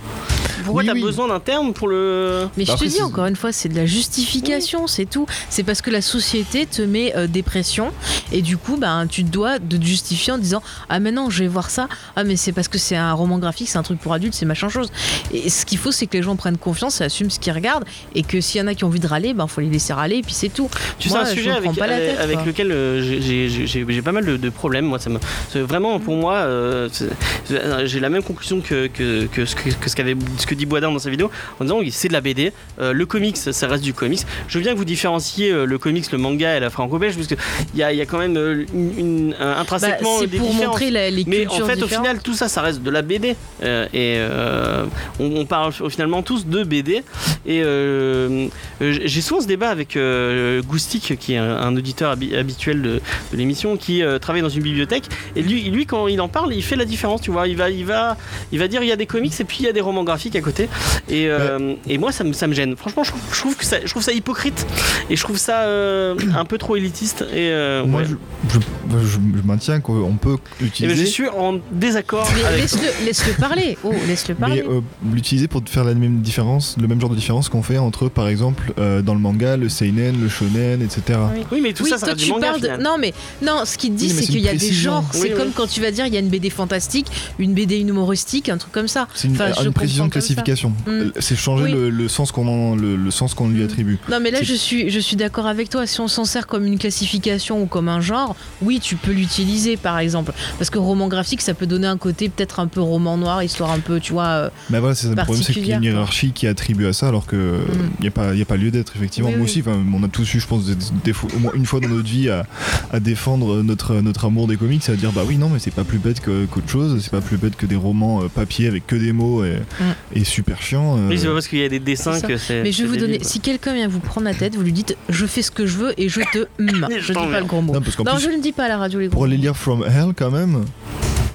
Pourquoi
Oui,
t'as
oui.
besoin d'un terme pour le.
Mais je
Bah
te
après,
dis
c'est-
encore une fois, c'est de la justification, c'est tout. C'est parce que la société te met euh, des pressions et du coup, bah, tu te dois de te justifier en disant Ah, mais non, je vais voir ça. Ah, mais c'est parce que c'est un roman graphique, c'est un truc pour adultes, c'est machin chose. Et ce qu'il faut, c'est que les gens prennent confiance et assument ce qu'ils regardent et que s'il y en a qui ont envie de râler, ben faut les laisser râler et puis c'est tout. Bah,
Tu
Moi,
sais, un
je
sujet
me
avec,
prends pas la
avec-
tête,
avec
quoi.
lequel euh, j'ai- j'ai- j'ai j'ai- j'ai pas mal de, de problèmes. Moi, ça me, c'est vraiment,
Mm.
pour moi, euh, c'est- c'est- j'ai la même conclusion que, que, que ce, que, que ce, qu'avait- ce que dit Boisdin dans sa vidéo en disant oui, c'est de la BD. euh, le comics, ça reste du comics. Je veux bien que vous différenciez euh, le comics, le manga et la franco-belge, parce qu'il y a, il y a quand même euh, une, une- un-
Bah,
intrinsèquement
c'est
des
pour
différences.
montrer la- les
Mais
cultures
en fait, au
différentes.
final, tout ça, ça reste de la BD. Euh, et euh, on, on parle au- finalement tous de BD. Et euh, euh, j'ai souvent ce débat avec euh, Goustic, qui est un, un auditeur habi- habituel de, de l'émission, qui euh, travaille dans une bibliothèque. Et lui, lui, quand il en parle, il fait la différence. Tu vois, il va, il va, il va dire il y a des comics et puis il y a des romans graphiques à côté. Et, euh, et moi, ça me, ça me gêne. Franchement, je trouve, je trouve que ça, je trouve ça hypocrite et je trouve ça euh, un peu trop élitiste. Et euh,
moi,
ouais.
je, je- je- je maintiens qu'on peut
Eh ben,
utiliser.
je suis en désaccord
Mais
avec
Laisse-le laisse-le parler. Oh, laisse-le parler.
Mais euh, l'utiliser pour faire la même différence, le même genre de différence qu'on fait entre, par exemple, euh, dans le manga, le seinen, le shonen, etc.
Oui, mais tout
oui,
ça, ça
toi,
reste du
tu
manga.
parles de-
finalement.
Non, mais non, ce qu'il te dit,
Oui, mais
c'est
c'est
qu'il
une
y a des
précision.
genres.
Oui,
c'est
oui.
comme quand tu vas dire il y a une BD fantastique, une BD humoristique, un truc comme ça.
C'est une,
Enfin, je
une précision de
comprends comme ça.
classification. Euh,
Mm.
C'est changer
Oui.
le, le sens qu'on en- le, le sens qu'on lui
Mm.
attribue.
Non mais là
C'est-
je suis je suis d'accord avec toi si on s'en sert comme une classification ou comme un genre oui tu peux l'utiliser par exemple parce que roman graphique ça peut donner un côté peut-être un peu roman noir histoire un peu tu vois euh,
Mais voilà, c'est ça le problème, c'est qu'il y a une
Particulière, quoi. Mm.
hiérarchie qui attribue à ça, alors que il n'y a pas, y a pas lieu d'être effectivement.
Oui,
Moi
oui.
aussi, enfin, on a tous eu, je pense, des, des fois- au moins une fois dans notre vie à, à défendre notre notre amour des comics, à dire bah oui non mais c'est pas plus bête que- qu'autre chose, c'est pas plus bête que des romans euh, papier avec que des mots et,
Mm.
et super chiant. euh,
Oui, c'est pas parce qu'il y a des dessins
C'est ça.
que c'est.
mais je
c'est
vais vous
débile,
donner
quoi.
si quelqu'un vient vous prendre la tête vous lui dites je fais ce que je veux et je te hum.
Je
je dis pas
t'emmerde.
le gros mot
non parce qu'en
non
plus
je ne dis pas à la radio les gros
pour les
mots.
lire From Hell quand même,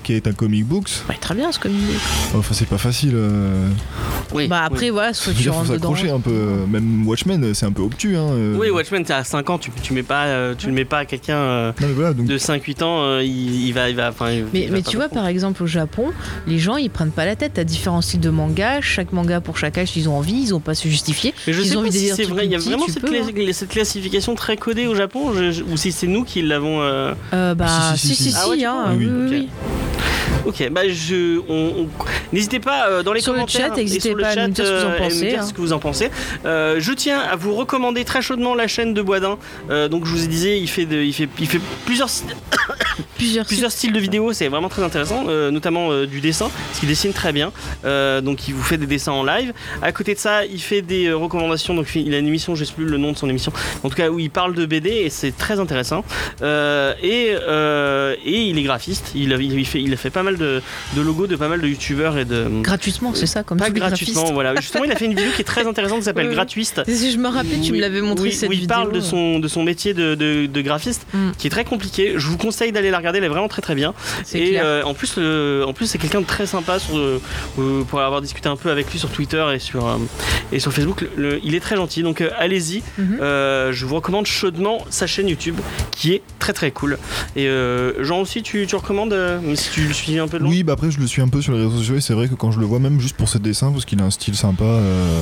qui est un comic books,
Ouais, très bien ce que vous dites.
enfin c'est pas facile. euh,
Oui,
bah
oui.
après voilà soit
Je veux
tu
dire, faut
rentres dedans
s'accrocher un peu. Même Watchmen, c'est un peu obtus. Hein. euh.
Oui, Watchmen, t'es à 5 ans, tu, tu mets pas, euh, tu le mets pas à quelqu'un euh,
Non, mais voilà, donc,
de 5-8 ans, euh, il, il va. Il va enfin, il-
Mais,
il va
mais
pas
tu vois,
comprendre.
par exemple, au Japon, les gens, ils prennent pas la tête. à différents styles de manga. Chaque manga pour chaque âge, ils ont envie, ils ont pas se justifier.
Mais je
ils
sais
ont
pas
envie de
si
dire
c'est
truc
vrai, il y a
petit,
vraiment
tu
cette,
peux, hein.
classi- cette classification très codée au Japon, je- je- ou si c'est nous qui l'avons. euh,
Euh, bah,
Ah, si, si, si, si.
si,
Ah ouais, tu
hein,
crois
oui,
Oui,
oui,
ok.
oui.
Ok, bah je. on- on- N'hésitez pas euh, dans les
Sur le
commentaires.
chat,
et
n'hésitez
sur le
pas à nous dire ce que vous en
euh, et
pensez,
dire
hein.
ce que vous en pensez. Euh, je tiens à vous recommander très chaudement la chaîne de Boisdin. Euh, donc je vous disais, il fait, de- il fait, il fait plusieurs sites
Plusieurs,
plusieurs styles de vidéos, c'est vraiment très intéressant, euh, notamment euh, du dessin, parce qu'il dessine très bien. Euh, donc il vous fait des dessins en live. À côté de ça, il fait des euh, recommandations. Donc il a une émission, je sais plus le nom de son émission, en tout cas où il parle de BD et c'est très intéressant. Euh, et, euh, et il est graphiste. Il a, il fait, il a fait pas mal de, de logos de pas mal de youtubeurs et de
Gratuitement, c'est ça, comme
pas
tous les
gratuitement,
graphistes.
voilà. Justement, il a fait une vidéo qui est très intéressante qui s'appelle
Oui, oui.
Gratuiste.
Si je me rappelle, tu
Oui,
me l'avais montré
oui,
cette
oui,
vidéo.
il parle de son, de son métier de, de- de graphiste
Mm.
qui est très compliqué. Je vous conseille d'aller la regarder, elle est vraiment très très bien.
C'est
Et
clair.
euh, en plus, le- en plus c'est quelqu'un de très sympa sur, euh, euh, pour avoir discuté un peu avec lui sur Twitter et sur, euh, et sur Facebook. Le- le- il est très gentil, donc euh, allez-y.
Mhm.
Euh, je vous recommande chaudement sa chaîne YouTube qui est très très cool. Et euh, Jean aussi, tu, tu recommandes, euh, même si tu le suis un peu de loin
oui, bah après, je le suis un peu sur les réseaux sociaux et c'est vrai que quand je le vois, même juste pour ses dessins, parce qu'il a un style sympa, euh,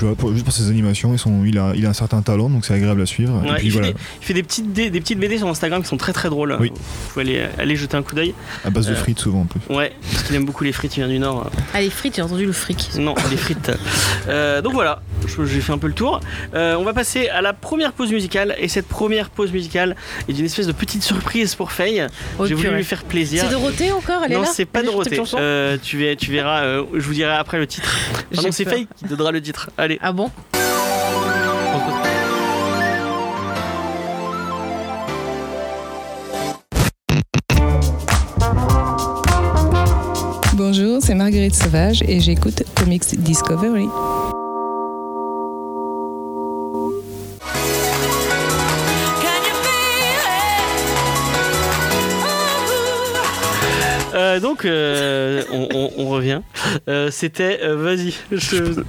je vois, pour- juste pour ses animations, ils sont, il, a, il a un certain talent, donc c'est agréable à suivre.
Ouais,
et puis
il, fait
voilà,
des, il fait des petites, dé- des, petites BD sur Instagram qui sont très très drôles.
Oui.
Vous pouvez aller, aller jeter un coup d'œil.
à base de
Euh,
frites souvent en plus.
Ouais, parce qu'il aime beaucoup les frites, il vient du Nord.
Allez, frites, j'ai entendu le fric.
Non, les frites. Euh, donc voilà, je- j'ai fait un peu le tour. Euh, on va passer à la première pause musicale. Et cette première pause musicale est une espèce de petite surprise pour Faye.
Oh,
j'ai voulu
purée.
lui faire plaisir.
C'est Dorothée encore Elle est
non,
là
c'est pas
Elle est sur
Dorothée.
tes chansons
Euh, tu, verras, tu verras, euh, je vous dirai après le titre. Ah
J'ai
non, c'est
peur.
Faye qui donnera le titre. Allez.
Ah bon
Bonjour, c'est Marguerite Sauvage et j'écoute Comics Discovery.
Can you
Euh, donc, euh, on, on- on revient. Euh, C'était. euh, Vas-y. je-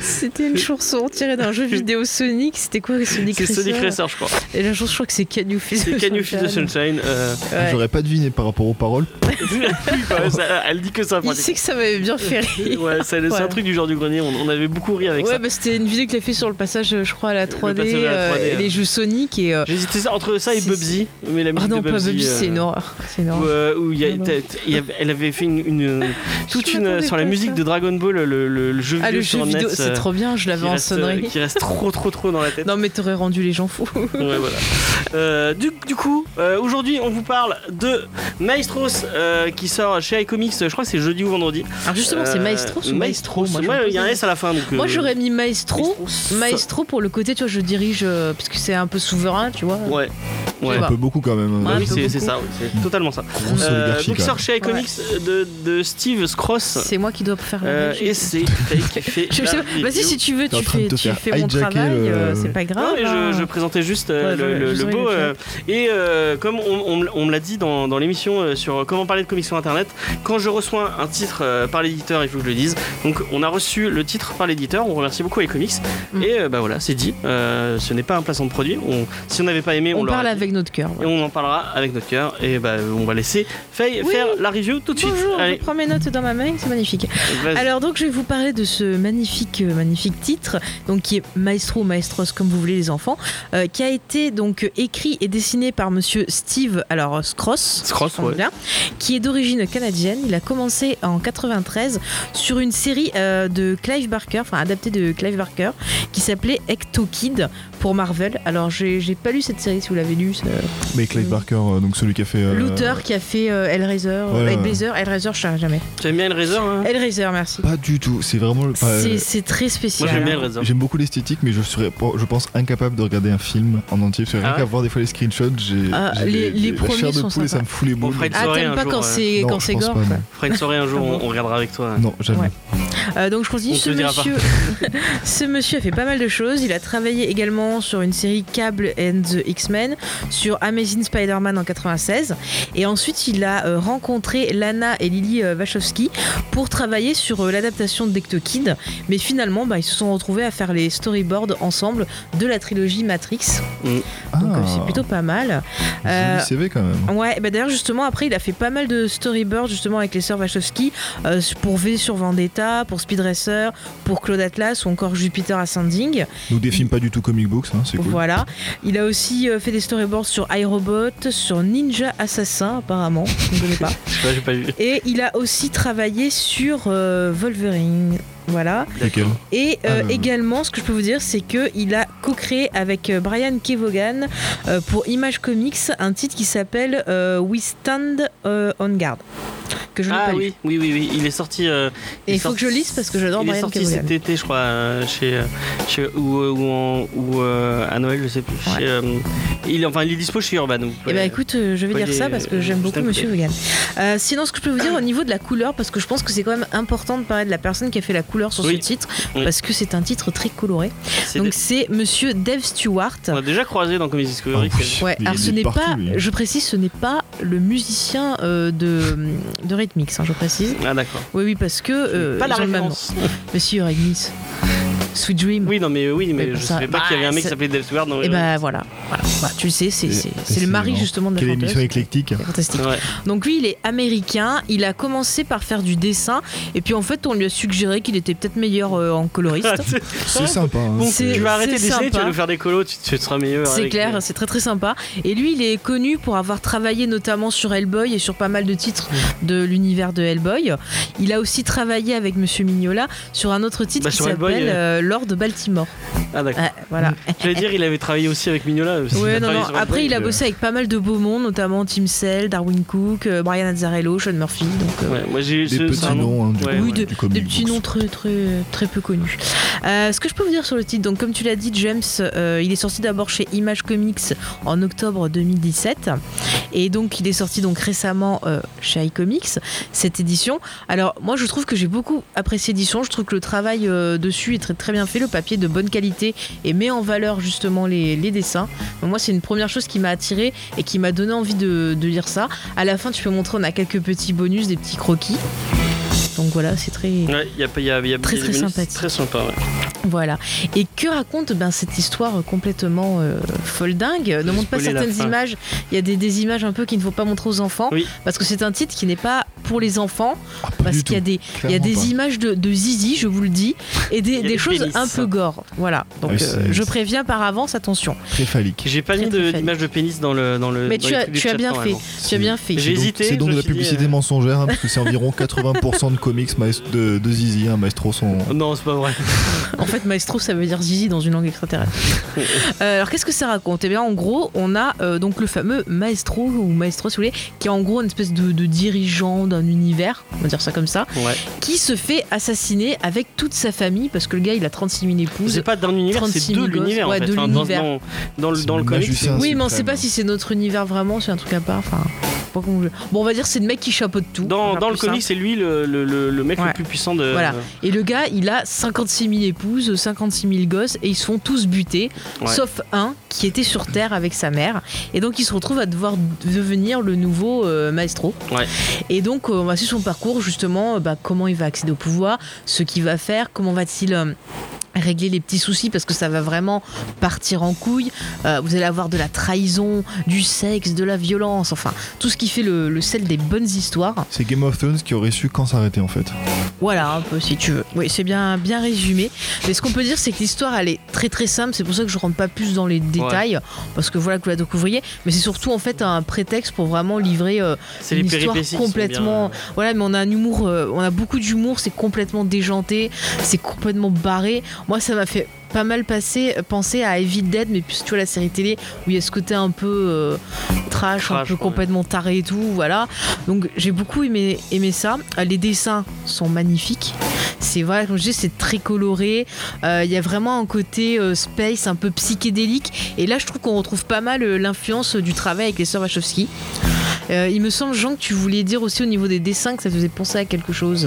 C'était une chanson tirée d'un jeu vidéo Sonic. C'était quoi Sonic
C'est
Racer
Sonic Racer, je crois.
Et la chanson, je crois que c'est Can You Feel
C'est
the
Can You Feel the
Sunshine
Sunshine. euh,
Ouais.
Ah, J'aurais pas deviné par rapport aux paroles.
ça- elle dit que ça.
Il sait que ça m'avait bien fait rire.
Ouais, c'est c'est un
Voilà.
truc du genre du grenier. On, on avait beaucoup ri avec
Ouais,
ça.
bah, c'était une vidéo qu'il a fait sur le passage, euh, je crois, à la 3D,
passage à la
euh,
3D,
les jeux Sonic et. euh,
J'hésitais ça entre ça et
C'est-
Bubsy, mais la
Ah
musique
non,
de
pas
Bubsy,
Bubsy,
euh,
c'est une horreur. C'est une
Où,
horreur.
euh, où il y a-
Non, non.
t'as- il y avait- elle avait fait une, une- toute
Je
une
m'attendais
sur la
pas à
musique
ça.
de Dragon Ball, le, le- le jeu vidéo
Ah, le
sur
jeu
NES,
vidéo,
euh,
c'est trop bien, je l'avais
qui
en
reste, euh,
sonnerie.
qui reste trop trop trop dans la tête.
Non, mais t'aurais rendu les gens fous.
Ouais, voilà. Euh, du, du coup, euh, aujourd'hui, on vous parle de Maestros euh, qui sort chez iComics. Je crois que c'est jeudi ou vendredi.
Alors, justement, c'est
Euh,
Maestro ou Maestro
Maestros.
Moi,
Ouais,
je
Il
me
y a un
posais-
S à la fin. Donc,
Moi,
euh,
j'aurais mis Maestro.
Maestros.
Maestro pour le côté, tu vois, je dirige euh, parce que c'est un peu souverain, tu vois.
Ouais. Ouais.
sais pas.
Un peu beaucoup quand même. hein.
Oui,
Ouais, un peu
c'est c'est
beaucoup.
ça, oui, c'est totalement ça.
Grosse
Euh,
oligarchie
donc,
quand même.
sort chez iComics euh, de, de Steve Scross.
C'est moi qui dois faire la
Euh,
régie.
et c'est Fake qui fait.
Je
la
sais pas. Vas-y,
vidéo.
si tu veux,
T'es en
tu
train de
fais,
te
tu
faire
fais mon
hijacker
travail,
le-
euh, c'est pas
Non,
grave.
mais je, je
hein.
présentais juste euh,
Ouais,
le,
je-
le-
je
le
sais,
beau.
je sais.
euh, et euh, comme on, on me l- on me l'a dit dans, dans l'émission euh, sur comment parler de comics sur internet, quand je reçois un titre euh, par l'éditeur, il faut que je le dise. Donc on a reçu le titre par l'éditeur, on remercie beaucoup les comics.
Mm.
Et euh, bah voilà, c'est dit. Euh, ce n'est pas un placement de produit. On, si on n'avait pas aimé, on,
On
l'aurait
parle
dit.
avec notre cœur.
Et
voilà.
on en parlera avec notre cœur. Et bah on va laisser Faye
Oui.
faire la review tout de suite.
Bonjour,
Allez,
je prends mes notes dans ma main, c'est magnifique.
vas-y.
Alors donc je vais vous parler de ce magnifique euh, magnifique titre donc qui est Maestro ou Maestros comme vous voulez les enfants euh, qui a été donc euh, écrit et dessiné par monsieur Steve alors euh, Scross
Scross,
on dit
ouais.
bien, qui est d'origine canadienne, il a commencé en 93 sur une série euh, de Clive Barker enfin adaptée de Clive Barker qui s'appelait Ecto Kid pour Marvel. Alors j'ai j'ai pas lu cette série si vous l'avez lu, c'est-
Mais Clive Barker, euh, donc celui qui a fait. euh,
l'auteur qui a fait euh, Hellraiser, euh,
ouais.
Hellblazer, Hellraiser je sais jamais.
Tu aimes bien le Razor hein
Hellraiser merci.
Pas du tout. C'est vraiment. le- pas- euh,
C'est c'est très
Moi
spécial.
j'aime
hein.
bien le Razor.
J'aime beaucoup l'esthétique, mais je serais, je pense, incapable de regarder un film en entier. Parce que rien
Ah ouais
qu'à voir des fois les screenshots, j'ai.
Ah,
j'ai
les-
des-
les
la
premiers
chair de
sont
poule et
sympas.
ça me fout les
Bon,
boules.
Fred,
Ah,
soirée
t'aimes
un
pas
jour, euh.
quand
ouais.
c'est
Non,
quand
je
c'est
pense
gore.
pas,
quoi.
On fera une soirée un jour,
Ah
on, on regardera avec toi.
Non, jamais.
Ouais. Euh, donc je continue.
On
Ce
te dira pas.
monsieur, ce monsieur a fait pas mal de choses. Il a travaillé également sur une série Cable and the X-Men, sur Amazing Spider-Man en 96, et ensuite il a euh, rencontré Lana et Lily euh, Wachowski pour travailler sur euh, l'adaptation de Decto Kid. Mais finalement, bah, ils se sont retrouvés à faire les storyboards ensemble de la trilogie Matrix. Donc euh, c'est plutôt pas mal. Euh,
Ah. Joli CV quand même.
Ouais, bah d'ailleurs justement après il a fait pas mal de storyboards justement avec les sœurs Wachowski euh, pour V sur Vendetta, pour Speed Racer, pour Claude Atlas ou encore Jupiter Ascending.
Nous des films pas du tout comic books, hein, c'est cool.
Voilà. Il a aussi euh, fait des storyboards sur iRobot, sur Ninja Assassin apparemment, je ne connais pas.
Je sais pas, j'ai pas vu.
Et il a aussi travaillé sur euh, Wolverine. Voilà.
Lequel
Et euh,
Ah, euh.
également, ce que je peux vous dire, c'est que il a co-créé avec euh, Brian Kevogan euh, pour Image Comics un titre qui s'appelle euh, We Stand euh, on Guard. Que je n'ai
Ah
pas lu.
oui, oui, oui, oui, il est sorti. euh,
Et
est
il faut
sorti-
que je lise parce que j'adore
Il est
Brian
sorti
Kevogan.
cet été, je crois, euh, chez, euh, chez ou, euh, ou, en- ou, euh, à Noël, je sais plus.
Ouais.
Chez, euh, il, est- enfin, il est dispo chez Urban. vous
Eh
pouvez-
ben écoute, euh, je vais
Voyez,
dire ça parce que j'aime
je
beaucoup
t'en
Monsieur Vegan. Euh, sinon, ce que je peux vous dire au niveau de la couleur, parce que je pense que c'est quand même important de parler de la personne qui a fait la couleur sur
Oui.
ce titre,
Oui.
parce que c'est un titre très coloré.
C'est
Donc
des-
c'est Monsieur Dave Stewart.
on a déjà croisé dans Comedy Discovery.
Ah oui.
que-
Ouais,
Il
alors
est
ce n'est
partout,
pas,
lui.
je précise, ce n'est pas le musicien euh, de, de Rhythmix, hein, je précise.
Ah d'accord.
Oui, oui, parce que. euh,
pas la
ils ont le même
référence.
nom. Mais si, Rhythmix. Sweet Dream.
Oui, non, mais euh, oui, mais,
Mais
je
ça-
savais pas qu'il y avait un mec qui
bah,
s'appelait Dave Stewart dans
Et bah voilà, voilà. Bah, tu le sais, c'est-
Et-
c'est
et
c'est
c'est
le mari
marrant.
justement de la
Quelle
chanteuse.
émission éclectique
C'est Fantastique.
Ouais.
Donc lui, il est américain. Il a commencé par faire du dessin, et puis en fait, on lui a suggéré qu'il était peut-être meilleur euh, en coloriste.
C'est sympa. hein,
Bon,
c'est-
c'est-
tu vas arrêter de dessiner, tu vas
sympa.
nous faire des colos, tu, tu seras meilleur.
C'est
avec-
clair, c'est très très sympa. Et lui, il est connu pour avoir travaillé notamment sur Hellboy et sur pas mal de titres de l'univers de Hellboy. Il a aussi travaillé avec Monsieur Mignola sur un autre titre
Bah,
qui
sur Hellboy,
s'appelle euh, Lord Baltimore.
Ah d'accord.
Ouais, voilà.
J'allais dire, il avait travaillé aussi avec Mignola. parce qu'il
Ouais,
a
non,
travaillé
non.
sur
Après,
Hellboy,
il a
euh,
bossé avec pas mal de beaux mondes, notamment Tim Cell, Darwin Cook, euh, Brian Azzarello, Sean Murphy. Donc, euh,
Ouais, moi j'ai
Des
ce- c'est un
petits
nom.
noms hein, du,
Ouais,
coup,
oui,
du
de-
comic
des petits
books.
noms très, très, très peu connus. Euh, ce que je peux vous dire sur le titre, donc comme tu l'as dit, James, euh, il est sorti d'abord chez Image Comics en octobre 2017, et donc il est sorti donc récemment euh, chez iComics cette édition. Alors moi, je trouve que j'ai beaucoup apprécié l'édition. Je trouve que le travail euh, dessus est très très très bien fait, le papier de bonne qualité et met en valeur justement les, les dessins. Donc moi, c'est une première chose qui m'a attirée et qui m'a donné envie de, de lire ça. À la fin, tu peux montrer, on a quelques petits bonus, des petits croquis. Donc voilà, c'est très.
Ouais, il y a, il y a, il y a
Très,
il y a
très
des minutes,
sympathique.
Très sympa, ouais.
Voilà. Et que raconte ben, cette histoire complètement euh, folle dingue Ne montre pas
spoiler la
certaines
fin.
images. Il y a des, des images un peu qu'il ne faut pas montrer aux enfants.
Oui.
Parce que c'est un titre qui n'est pas pour les enfants.
Ah, pas
parce
du
qu'il y a
tout.
des, il y a
Clairement
des
pas.
images de, de zizi, je vous le dis. Et des,
y a
des
des
choses
pénis.
un peu gore. Voilà. Donc
Ah oui,
euh,
c'est-
je préviens par avance, attention.
Très phallique.
J'ai pas
Très,
mis
très
de-
fun.
d'image de pénis dans le. Dans le
Mais
dans
tu
les
as,
trucs du
tu as
chat,
bien fait.
normalement.
Tu as bien fait.
J'ai
C'est donc-
hésité,
C'est donc
je
de la
me suis dit,
publicité
euh,
mensongère, hein, parce que c'est environ 80% de comics maes- de, de Zizi. Hein, Maestro sont.
Non, c'est pas vrai.
En fait, maestro, ça veut dire zizi dans une langue extraterrestre. Euh, alors, qu'est-ce que ça raconte Eh bien, en gros, on a euh, donc le fameux maestro, ou maestro si vous voulez, qui est en gros une espèce de, de dirigeant d'un univers, on va dire ça comme ça,
Ouais.
qui se fait assassiner avec toute sa famille, parce que le gars, il a 36 000
C'est
épouses.
pas d'un univers, c'est
36
de
000
l'univers. en
gosses,
fait.
ouais, de
Enfin, dans-
l'univers.
Dans, dans le, dans le
C'est
comic,
Magicien
Oui, mais on
suprême.
sait pas si c'est notre univers vraiment, c'est un truc à part. Enfin, je sais pas comment je- Bon, on va dire c'est le mec qui chapeaute tout.
Dans,
Enfin,
dans le
plus simple.
comic, c'est lui le, le- le- le mec
Ouais.
le plus puissant de.
Voilà. Et le gars, il a 56 000 épouses, 56 000 gosses, et ils sont tous butés,
Ouais.
sauf un qui était sur Terre avec sa mère. Et donc, il se retrouve à devoir devenir le nouveau euh, maestro.
Ouais.
Et donc, euh, on va suivre son parcours, justement, euh, bah, comment il va accéder au pouvoir, ce qu'il va faire, comment va-t-il. euh, régler les petits soucis parce que ça va vraiment partir en couille. Euh, vous allez avoir de la trahison, du sexe, de la violence, enfin tout ce qui fait le, le sel des bonnes histoires.
C'est Game of Thrones qui aurait su quand s'arrêter en fait.
Voilà, un peu si tu veux. Oui, c'est bien, bien résumé. Mais ce qu'on peut dire, c'est que l'histoire, elle est très très simple. C'est pour ça que je rentre pas plus dans les détails, parce que voilà que vous la découvriez. Mais c'est surtout en fait un prétexte pour vraiment livrer. euh,
C'est
Une
les
histoire
péripéties. qui sont
complètement-
bien, euh,
voilà, mais on a un humour, euh, on a beaucoup d'humour. C'est complètement déjanté, c'est complètement barré. Moi, ça m'a fait pas mal passer, euh, penser à Evil Dead, mais plus tu vois la série télé où il y a ce côté un peu euh, trash, un
Trash,
peu
ouais.
complètement taré et tout. Voilà. Donc j'ai beaucoup aimé, aimé ça. Euh, Les dessins sont magnifiques. C'est voilà, comme je dis, c'est très coloré. Euh, Il y a vraiment un côté euh, space, un peu psychédélique. Et là, je trouve qu'on retrouve pas mal euh, l'influence du travail avec les sœurs Wachowski. Euh, il me semble, Jean, que tu voulais dire aussi au niveau des dessins que ça te faisait penser à quelque chose.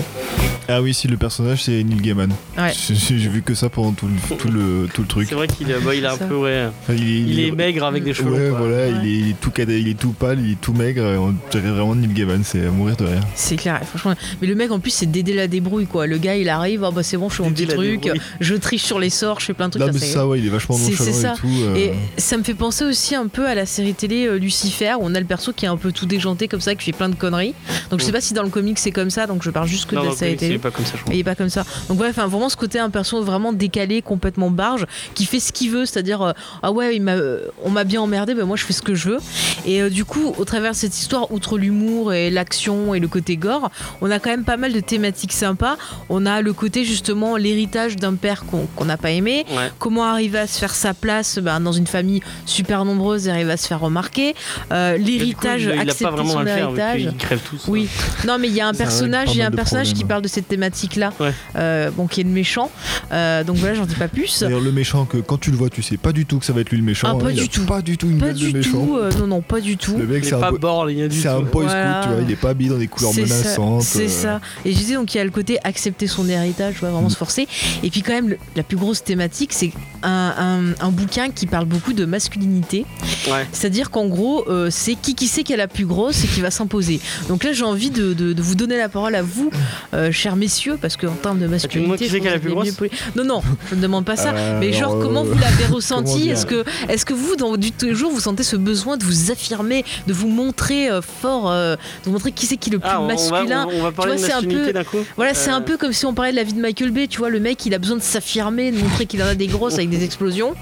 Ah oui, si le personnage c'est Neil Gaiman.
Ouais.
J'ai j'ai vu que ça pendant tout le, tout le, tout le truc.
C'est vrai qu'il a, bah, il a un
Ça.
peu. Ouais,
Enfin, il, est-
il
il est-
est maigre avec des cheveux.
Ouais,
longs, quoi.
voilà,
Ouais.
Il, est, il est tout cadet, il est tout pâle, il est tout maigre. et On dirait vraiment Neil Gaiman, c'est à mourir de rire.
C'est clair, et franchement. Mais le mec, en plus, c'est d'aider la débrouille, quoi. Le gars, il arrive, ah bah c'est bon, je fais mon
Dédé
petit
la
truc,
débrouille.
je triche sur les sorts, je fais plein de trucs.
Là,
ça,
mais
c'est-
ça, ouais, il est vachement
C'est- c'est ça.
nonchalant et tout. euh,
Et ça me fait penser aussi un peu à la série télé euh, Lucifer, où on a le perso qui est un peu tout déjanté comme ça, qui fait plein de conneries. Donc je sais
Mm.
pas si dans le comic c'est comme ça, donc je parle juste que
Non,
de
dans
la
le
série
comic, c'est
télé.
pas comme ça, je crois.
Il est pas comme ça. Donc ouais, enfin vraiment ce côté un perso vraiment décalé, complètement barge, qui fait ce qu'il veut, c'est-à-dire euh, ah ouais, il m'a, euh, on m'a bien emmerdé, ben moi je fais ce que je veux. Et euh, du coup, au travers de cette histoire, outre l'humour et l'action et le côté gore, on a quand même pas mal de thématiques sympas. On a le côté justement l'héritage d'un père qu'on qu'on n'a pas aimé,
Ouais.
comment arriver à se faire sa place ben, dans une famille super nombreuse et arriver à se faire remarquer. Euh, L'héritage,
Du coup, il- il a
accepter
pas vraiment
son
à le faire, vu
héritage.
qu'ils crèvent tous.
Oui, non mais il y a un
Ça règle
personnage,
pas
il y a un
mal de
personnage qui
problèmes.
parle de cette thématique-là,
Ouais.
euh, bon qui est le méchant. Euh, donc voilà, j'en dis pas plus.
D'ailleurs, le méchant, que quand tu le vois, tu sais pas du tout que ça va être lui le méchant.
Ah, pas
hein, il
du
a
tout.
Pas du tout une
Pas
gueule de
du
méchant.
tout, euh, non non, pas du tout.
Le mec,
Il est
c'est un,
pas
bo-
bord, il y a du
c'est un
tout.
boy
Voilà.
scout, tu vois. Il est pas habillé dans des couleurs
C'est ça,
menaçantes.
C'est
euh,
ça. Et je disais donc il y a le côté accepter son héritage, ouais, vraiment
Mm.
se forcer. Et puis quand même le- la plus grosse thématique, c'est un, un- un bouquin qui parle beaucoup de masculinité.
Ouais.
C'est-à-dire qu'en gros, euh, c'est qui qui sait qui est la plus grosse et qui va s'imposer. Donc là, j'ai envie de, de- de vous donner la parole à vous, euh, chers messieurs, parce qu'en termes de
Ah, tu me demandes
masculinité,
qui c'est
je
qui a la
pense que
plus
vous êtes mieux poli- Non non, je ne demande pas ça.
euh,
Mais genre,
alors, euh,
comment vous l'avez ressenti
dire
Est-ce que, est que vous, dans votre vie de tous les jours, vous sentez ce besoin de vous affirmer, de vous montrer euh, fort, euh, de vous montrer qui c'est qui est le plus
Ah, on va-
masculin
on va, on va parler
vois,
de
c'est un
masculinité
peu-
d'un coup.
Voilà, c'est
Euh,
un peu comme si on parlait de la vie de Michael Bay, tu vois, le mec, il a besoin de s'affirmer, de montrer qu'il en a des grosses avec des explosions.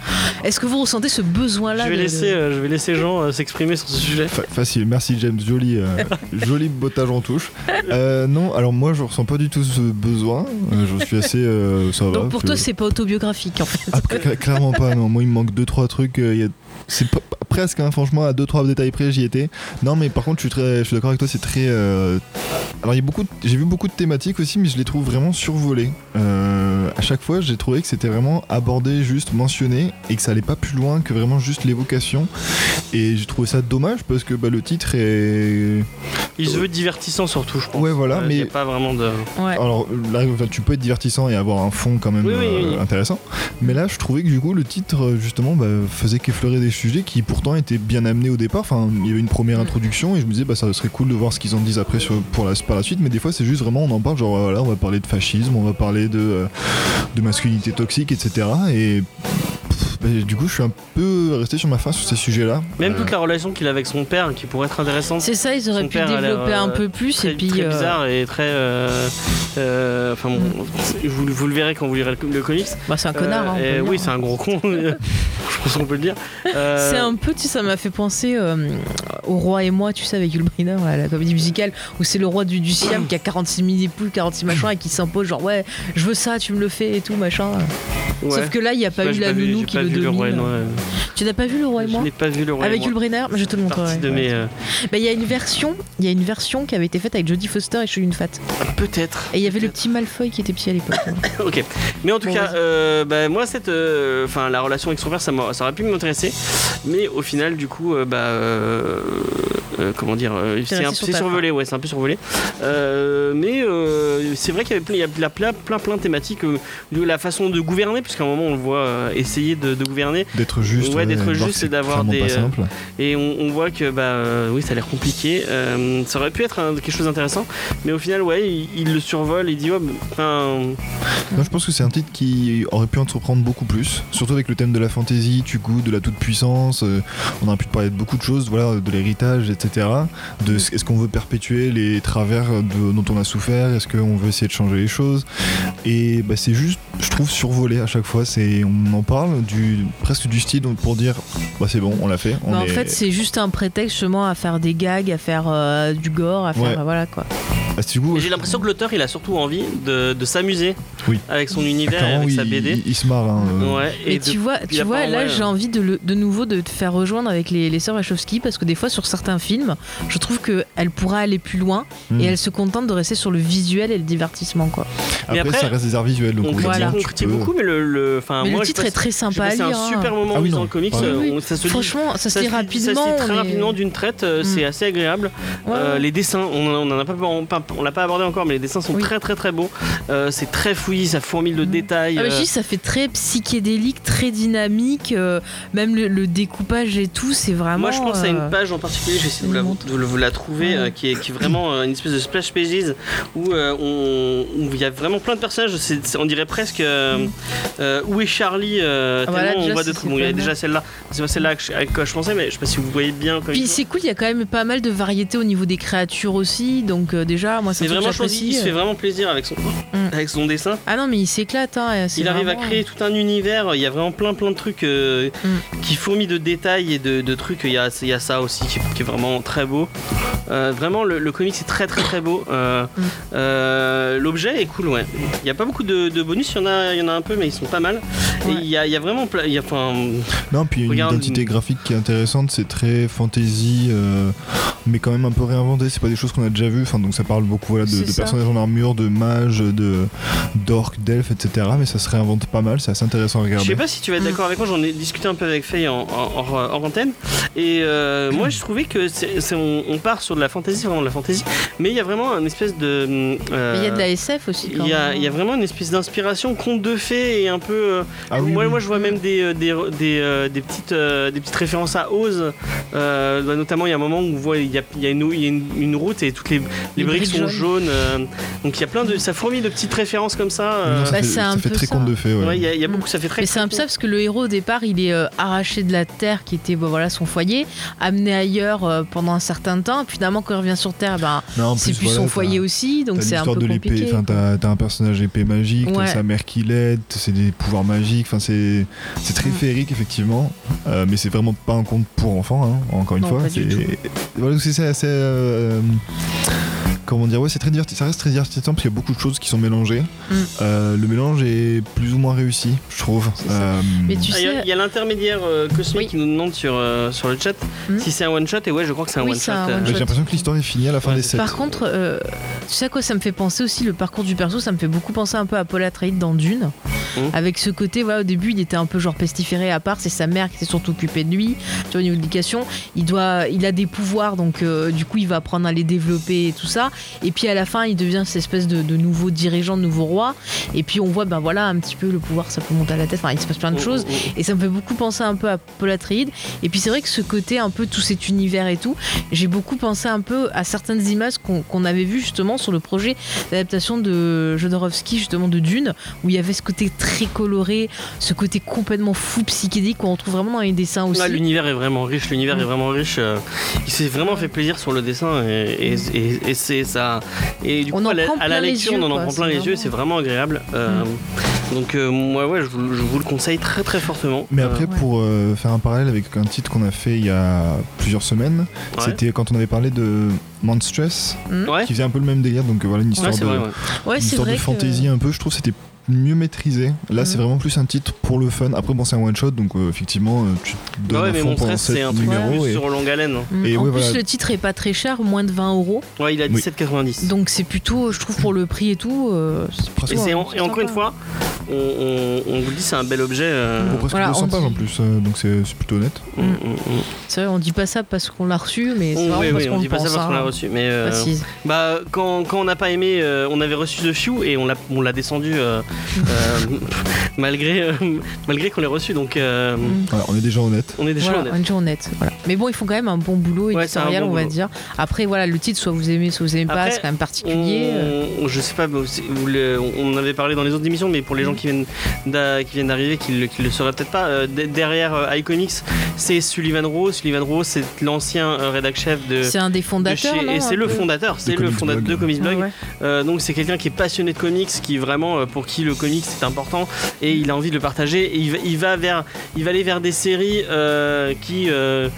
Est-ce que vous ressentez ce besoin-là
Je vais
de- de-
laisser, euh, je vais laisser Jean euh, s'exprimer sur ce sujet.
Fa- Facile, merci James, joli, euh, joli bottage en touche. Euh, non, alors moi je ressens pas du tout ce besoin, Euh, je suis assez... euh, ça va,
Donc pour
que-
toi, c'est pas autobiographique, en fait.
Ah, cla- clairement pas, non. Moi, il me manque 2-3 trucs. euh, il y a- C'est pas- pas- presque, hein, franchement, à 2-3 détails près, j'y étais. Non, mais par contre, je suis, très- je suis d'accord avec toi, c'est très. euh, Alors, il y a beaucoup. de- J'ai vu beaucoup de thématiques aussi, mais je les trouve vraiment survolées. Euh, à chaque fois, j'ai trouvé que c'était vraiment abordé, juste mentionné, et que ça allait pas plus loin que vraiment juste l'évocation. Et j'ai trouvé ça dommage parce que bah, le titre est.
Il se veut divertissant surtout, je pense.
Ouais, voilà,
Euh,
mais-
y a pas vraiment de.
Ouais.
Alors là, enfin, tu peux être divertissant et avoir un fond quand même
Oui, oui,
euh,
oui.
intéressant. Mais là, je trouvais que du coup, le titre euh, justement bah, faisait qu'effleurer des sujets qui pourtant étaient bien amenés au départ. Enfin, il y avait une première
Mm.
introduction et je me disais, bah, ça serait cool de voir ce qu'ils en disent après sur- pour la, par la suite. Mais des fois, c'est juste vraiment, on en parle, genre, voilà, on va parler de fascisme, on va parler de, euh, de masculinité toxique, etc. Et pff, bah, du coup, je suis un peu resté sur ma face sur ces sujets-là.
Même
Euh,
toute la relation qu'il a avec son père, qui pourrait être intéressante.
C'est ça, ils auraient
Son
pu
père a l'air,
développer un
euh,
peu plus
très,
et puis.
très
euh,
bizarre et très. euh, euh, enfin bon, c'est- vous, vous le verrez quand vous lirez le, le comics.
bah, c'est un connard. hein,
Euh,
on peut
et
le dire.
oui, c'est un gros con. je pense qu'on peut le dire. Euh,
C'est un peu, tu sais, ça m'a fait penser euh, au roi et moi, tu sais, avec Ulbriner, là, la comédie musicale, où c'est le roi du, du Siam qui a 46 mini poules, 46 machins, et qui s'impose genre, ouais, je veux ça, tu me le fais et tout, machin.
ouais.
Sauf que là, il n'y a pas
Ouais,
eu
j'ai
la
vu-
nounou
j'ai
qui
pas
le
vu le
domine.
roi et moi, euh,
tu n'as pas vu le roi et
Je
moi
n'ai pas vu le roi et
Avec
moi.
Ulbriner, mais je te
C'est
le montrerai.
partie de mes, euh,
Bah, il y a une version, il y a une version qui avait été faite avec Jodie Foster et Shogun Fat.
Peut-être.
Et il y avait le petit Malfoy qui était petit à l'époque.
Ok. Mais en tout
Bon,
cas,
vas-y.
euh, bah, moi, cette, euh, enfin, la relation avec son père, ça, m'a- ça aurait pu m'intéresser. Mais au final, du coup, euh, bah, euh, euh, comment dire, euh, c'est
resté
un-
sur
c'est
ta
survolé, ouais, c'est un peu survolé. Euh, mais euh, c'est vrai qu'il y avait plein, il y a de la- plein, plein, plein de thématiques euh, de la façon de gouverner, puisqu'à un moment, on le voit euh, essayer de, de gouverner,
D'être juste.
Ouais, d'être
voir
juste
que
et
c'est
d'avoir
clairement
des,
pas
euh,
simple.
et on, on voit que, bah, euh, oui, ça a l'air compliqué. Euh, ça aurait pu être un- quelque chose d'intéressant, mais au final, ouais, il, il le survole, il dit, ouais, bah, enfin,
Non, je pense que c'est un titre qui aurait pu entreprendre beaucoup plus, surtout avec le thème de la fantasy, du goût, de la toute-puissance. euh, on aurait pu parler de beaucoup de choses, voilà, de l'héritage, etc. De ce- est-ce qu'on veut perpétuer les travers de- dont on a souffert, est-ce qu'on veut essayer de changer les choses. Et bah, c'est juste, je trouve, survolé à chaque fois. C'est, on en parle du, presque du style pour dire, bah, c'est bon, on l'a fait. On
Mais en
est-
fait, c'est juste un prétexte justement à faire des gags, à faire euh, du gore, à faire.
Ouais.
euh, voilà quoi.
Ah, du coup,
Mais J'ai l'impression que l'auteur il a surtout envie de, de s'amuser
Oui.
avec son
ah,
univers et
clairement,
avec
oui,
sa BD.
Il, il se marre. hein, euh.
Ouais,
Mais
et
tu
de- hein.
vois,
puis
tu
à
vois
part,
là,
ouais,
j'ai envie de, le- de nouveau de te faire rejoindre avec les, les sœurs Wachowski parce que des fois, sur certains films, je trouve qu'elle pourra aller plus loin
Mm.
Hmm.
et elle se contente de rester sur le visuel et le divertissement. quoi.
Après,
après,
ça reste des arts visuels, donc
on
on va
critique,
Voilà.
dire,
on
tu
critique
peux-
beaucoup, mais le, le, enfin,
Mais
Ah, moi,
le
je
titre
passe-
est très
j'ai
sympa à
passé
lire.
un
hein.
super moment
Ah oui,
dans
non.
le comics.
Ah oui,
euh,
oui.
on- ça se lit-
Franchement, ça se
ça
lit
se lit- ça se lit
rapidement.
très
on est-
rapidement d'une traite, euh,
Mm.
c'est assez agréable.
Ouais,
Euh,
ouais.
les dessins, on en- on en a pas, on, pas- on l'a pas abordé encore, mais les dessins sont
Oui.
très très très beaux. Euh, c'est très fouillis, ça fourmille de
Mm.
détails.
Ah, mais
euh,
je dis, ça fait très psychédélique, très dynamique, euh, même le, le découpage et tout, c'est vraiment.
Moi, je pense à
euh,
une page en particulier, je vais essayer de vous la,
élémentaire.
de vous la trouver,
Ouais.
euh, qui, est, qui est vraiment euh, une espèce de splash pages où euh, on- où il y a vraiment plein de personnages. c'est- c'est- on dirait presque euh, euh, Où est Charlie euh,
Ah,
tellement
voilà,
on
déjà,
voit
ça,
d'autres.
c'est
Bon, il y a
pas mal.
déjà celle-là. C'est pas celle-là que je- à quoi je pensais, mais je sais pas si vous voyez bien. Comme
Puis c'est cool, il y a quand même pas mal de variété au niveau des créatures aussi, donc euh, déjà, euh. moi, c'est
mais
un truc
vraiment,
que
je pense qu'il
j'apprécie.
se fait vraiment plaisir avec son, avec son dessin.
Ah non, mais il s'éclate. Hein, c'est
Il arrive à
vraiment-
créer tout un univers, il y a vraiment plein plein de trucs euh,
Mm.
qui fourmillent de détails et de, de trucs, il y a, il y a ça aussi qui, qui est vraiment très beau. Euh, vraiment le, le comic c'est très très très beau. Euh,
Mm.
euh, L'objet est cool ouais. Il n'y a pas beaucoup de, de bonus, il y, en a, il y en a un peu mais ils sont pas mal. Et
Ouais.
il y a, il y a vraiment plein... il y a- Enfin,
Non, puis il y a une
Regarde,
identité graphique qui est intéressante, c'est très fantasy, euh, mais quand même un peu réinventé. C'est pas des choses qu'on a déjà vues, enfin, donc ça parle beaucoup voilà, de,
C'est
de
ça.
personnages en armure, de mages, de d'orques, d'elfes, etc. Mais ça se réinvente pas mal, c'est assez intéressant à
je
regarder.
sais pas si tu vas être
Mm.
d'accord avec moi, j'en ai discuté un peu avec Faye en, en, hors- hors antenne. Et euh, moi je trouvais que c'est c'est- on, on part sur de la fantasy, vraiment de la fantasy. Mais il y a vraiment un espèce de... euh,
Mais il y a de la SF aussi.
Il
Quand
y, a,
même. hein.
il y a vraiment une espèce d'inspiration conte de fées et un peu. euh,
Ah oui,
moi,
oui.
moi, je vois même des, euh, des, des, euh, des petites, euh, des petites références à Oz. Euh, bah, notamment, il y a un moment où on voit, il y a, il y a une, il y a une- une route et toutes les, les,
Les
briques,
briques
sont jaunes. euh, donc, il y a plein de. Ça fourmille de petites références comme ça. euh,
Non, ça
Bah,
fait,
c'est
ça
un
fait
peu
très
ça.
conte de fées. ouais.
ouais, il y a- il y a
Mm.
beaucoup, ça fait très.
Mais c'est un peu ça parce que le héros au départ il est euh, arraché de la terre qui était bah, voilà son foyer, amené ailleurs euh, pendant un certain temps. Puis finalement quand il revient sur terre, bah,
Non, en
c'est plus
voilà,
son
t'as-
foyer aussi, donc
T'as
c'est un peu
l'histoire de l'épée,
compliqué.
enfin, t'as t'as un personnage épée magique,
Ouais.
t'as sa mère qui l'aide, c'est des pouvoirs magiques, enfin c'est c'est très
Mm.
féerique effectivement, euh, mais c'est vraiment pas un conte pour enfants, hein, encore une
Non,
fois.
pas du
c'est- Voilà, donc c'est c'est assez. euh, comment dire, ouais, c'est très divertissant. Ça reste très divertissant parce qu'il y a beaucoup de choses qui sont mélangées.
Mm.
Euh, le mélange est plus ou moins réussi, je trouve.
C'est ça.
Euh,
Mais tu
Ah, Il y a-
sais,
il y a, l'intermédiaire euh, cosmique
Oui.
qui nous demande sur, euh, sur le chat
Hmm.
si c'est un one shot. Et ouais, je crois que c'est un
Oui,
one shot.
c'est un
euh,
one
j'ai
shot.
l'impression que l'histoire est finie à la fin
Ouais,
des
c'est
7.
par contre, euh, tu sais à quoi ça me fait penser aussi le parcours du perso Ça me fait beaucoup penser un peu à Paul Atreides dans Dune.
Mhm.
Avec ce côté, voilà, au début, il était un peu genre pestiféré à part. C'est sa mère qui s'est surtout occupée de lui. Tu vois, au niveau de l'éducation, il, doit, il a des pouvoirs, donc euh, du coup, il va apprendre à les développer et tout ça. Et puis à la fin, il devient cette espèce de, de nouveau dirigeant, de nouveau roi. Et puis on voit, ben voilà, un petit peu le pouvoir, ça peut monter à la tête. Enfin, il se passe plein de
oh,
choses.
oh, oh.
Et ça me fait beaucoup penser un peu à Paul Atreides. Et puis c'est vrai que ce côté, un peu tout cet univers et tout, j'ai beaucoup pensé un peu à certaines images qu'on qu'on avait vues justement sur le projet d'adaptation de Jodorowsky, justement de Dune, où il y avait ce côté très coloré, ce côté complètement fou, psychédélique, qu'on retrouve vraiment dans les dessins aussi. Mm.
Ouais, l'univers est vraiment riche, l'univers est vraiment riche. euh, il s'est vraiment fait plaisir sur le dessin et, et- et- et c'est ça. Et du
On
coup,
en
à la,
prend
à la
plein les
lecture,
yeux,
on en
quoi,
prend plein
c'est Mm.
les yeux,
vraiment-
c'est vraiment agréable. euh, Donc, euh, moi, ouais, je vous, je vous le conseille très très fortement.
Mais après,
Euh, ouais.
pour euh, faire un parallèle avec un titre qu'on a fait il y a plusieurs semaines,
Euh, ouais. Hmm.
c'était quand on avait parlé de Monstress,
Ouais.
qui faisait un peu le même délire, donc euh, voilà une
Ouais,
histoire
c'est
de,
vrai. ouais.
Ouais,
une
c'est
sorte
vrai.
de
que-
fantaisie un peu, je trouve que c'était mieux maîtrisé. Là, c'est
Mhm.
vraiment plus un titre pour le fun. Après, bon, c'est un one shot, donc euh, effectivement, euh, tu te donnes
Ouais,
à
mais
fond
mon
pendant
stress, c'est un
sept
truc
numéros.
plus
et-
sur longue haleine.
Mm.
Et
en
ouais,
plus,
voilà.
le titre est pas très cher, moins de 20 euros.
Ouais, il a
Oui.
17,90.
Donc c'est plutôt, je trouve, pour le prix et tout. euh, c'est
Presque.
Et,
plutôt,
c'est
euh,
en- et encore
sympa.
une fois, on, on- on vous le dit, c'est un bel objet. euh,
Pour presque
Voilà,
200
on
pages en
dit-
plus, euh, donc c'est c'est plutôt honnête.
on- on- on-
C'est vrai, on dit pas ça parce qu'on l'a reçu, mais Mm. c'est
on-
vraiment
oui,
parce
oui,
qu'on
on
le
dit pas ça
pense,
parce qu'on l'a
hein.
reçu. Mais euh,
Précise.
bah, quand, quand on n'a pas aimé, euh, on avait reçu The Few et on l'a on l'a descendu euh, euh, malgré, euh, malgré qu'on l'ait reçu. Donc euh,
Mm.
Voilà, on est déjà honnête.
on est déjà
Voilà,
honnête.
une journée. Voilà. Mais bon, ils font quand même un bon boulot
Ouais, c'est
éditorial,
un bon
on va
boulot.
dire. Après, voilà, le titre, soit vous aimez, soit vous aimez pas,
Après,
c'est quand même particulier. euh.
On, je sais pas, bah, c'est- vous le- on en avait parlé dans les autres émissions, mais pour les gens qui viennent d'a- qui viennent d'arriver, qui, le- qui le sauraient peut-être pas, euh, d- derrière euh, iComics, c'est Sullivan Rowe. Sullivan Rowe, c'est l'ancien euh, rédac chef de.
C'est un des
de
fondateurs.
chez-
non,
et c'est
un
le
peu
fondateur, c'est le
Comics
fondateur
Blog.
de Comics
Ah
Blog.
ouais.
Euh, donc c'est quelqu'un qui est passionné de comics, qui vraiment euh, pour qui le comics c'est important et il a envie de le partager. Et il va, il va vers, il va aller vers des séries euh, qui euh,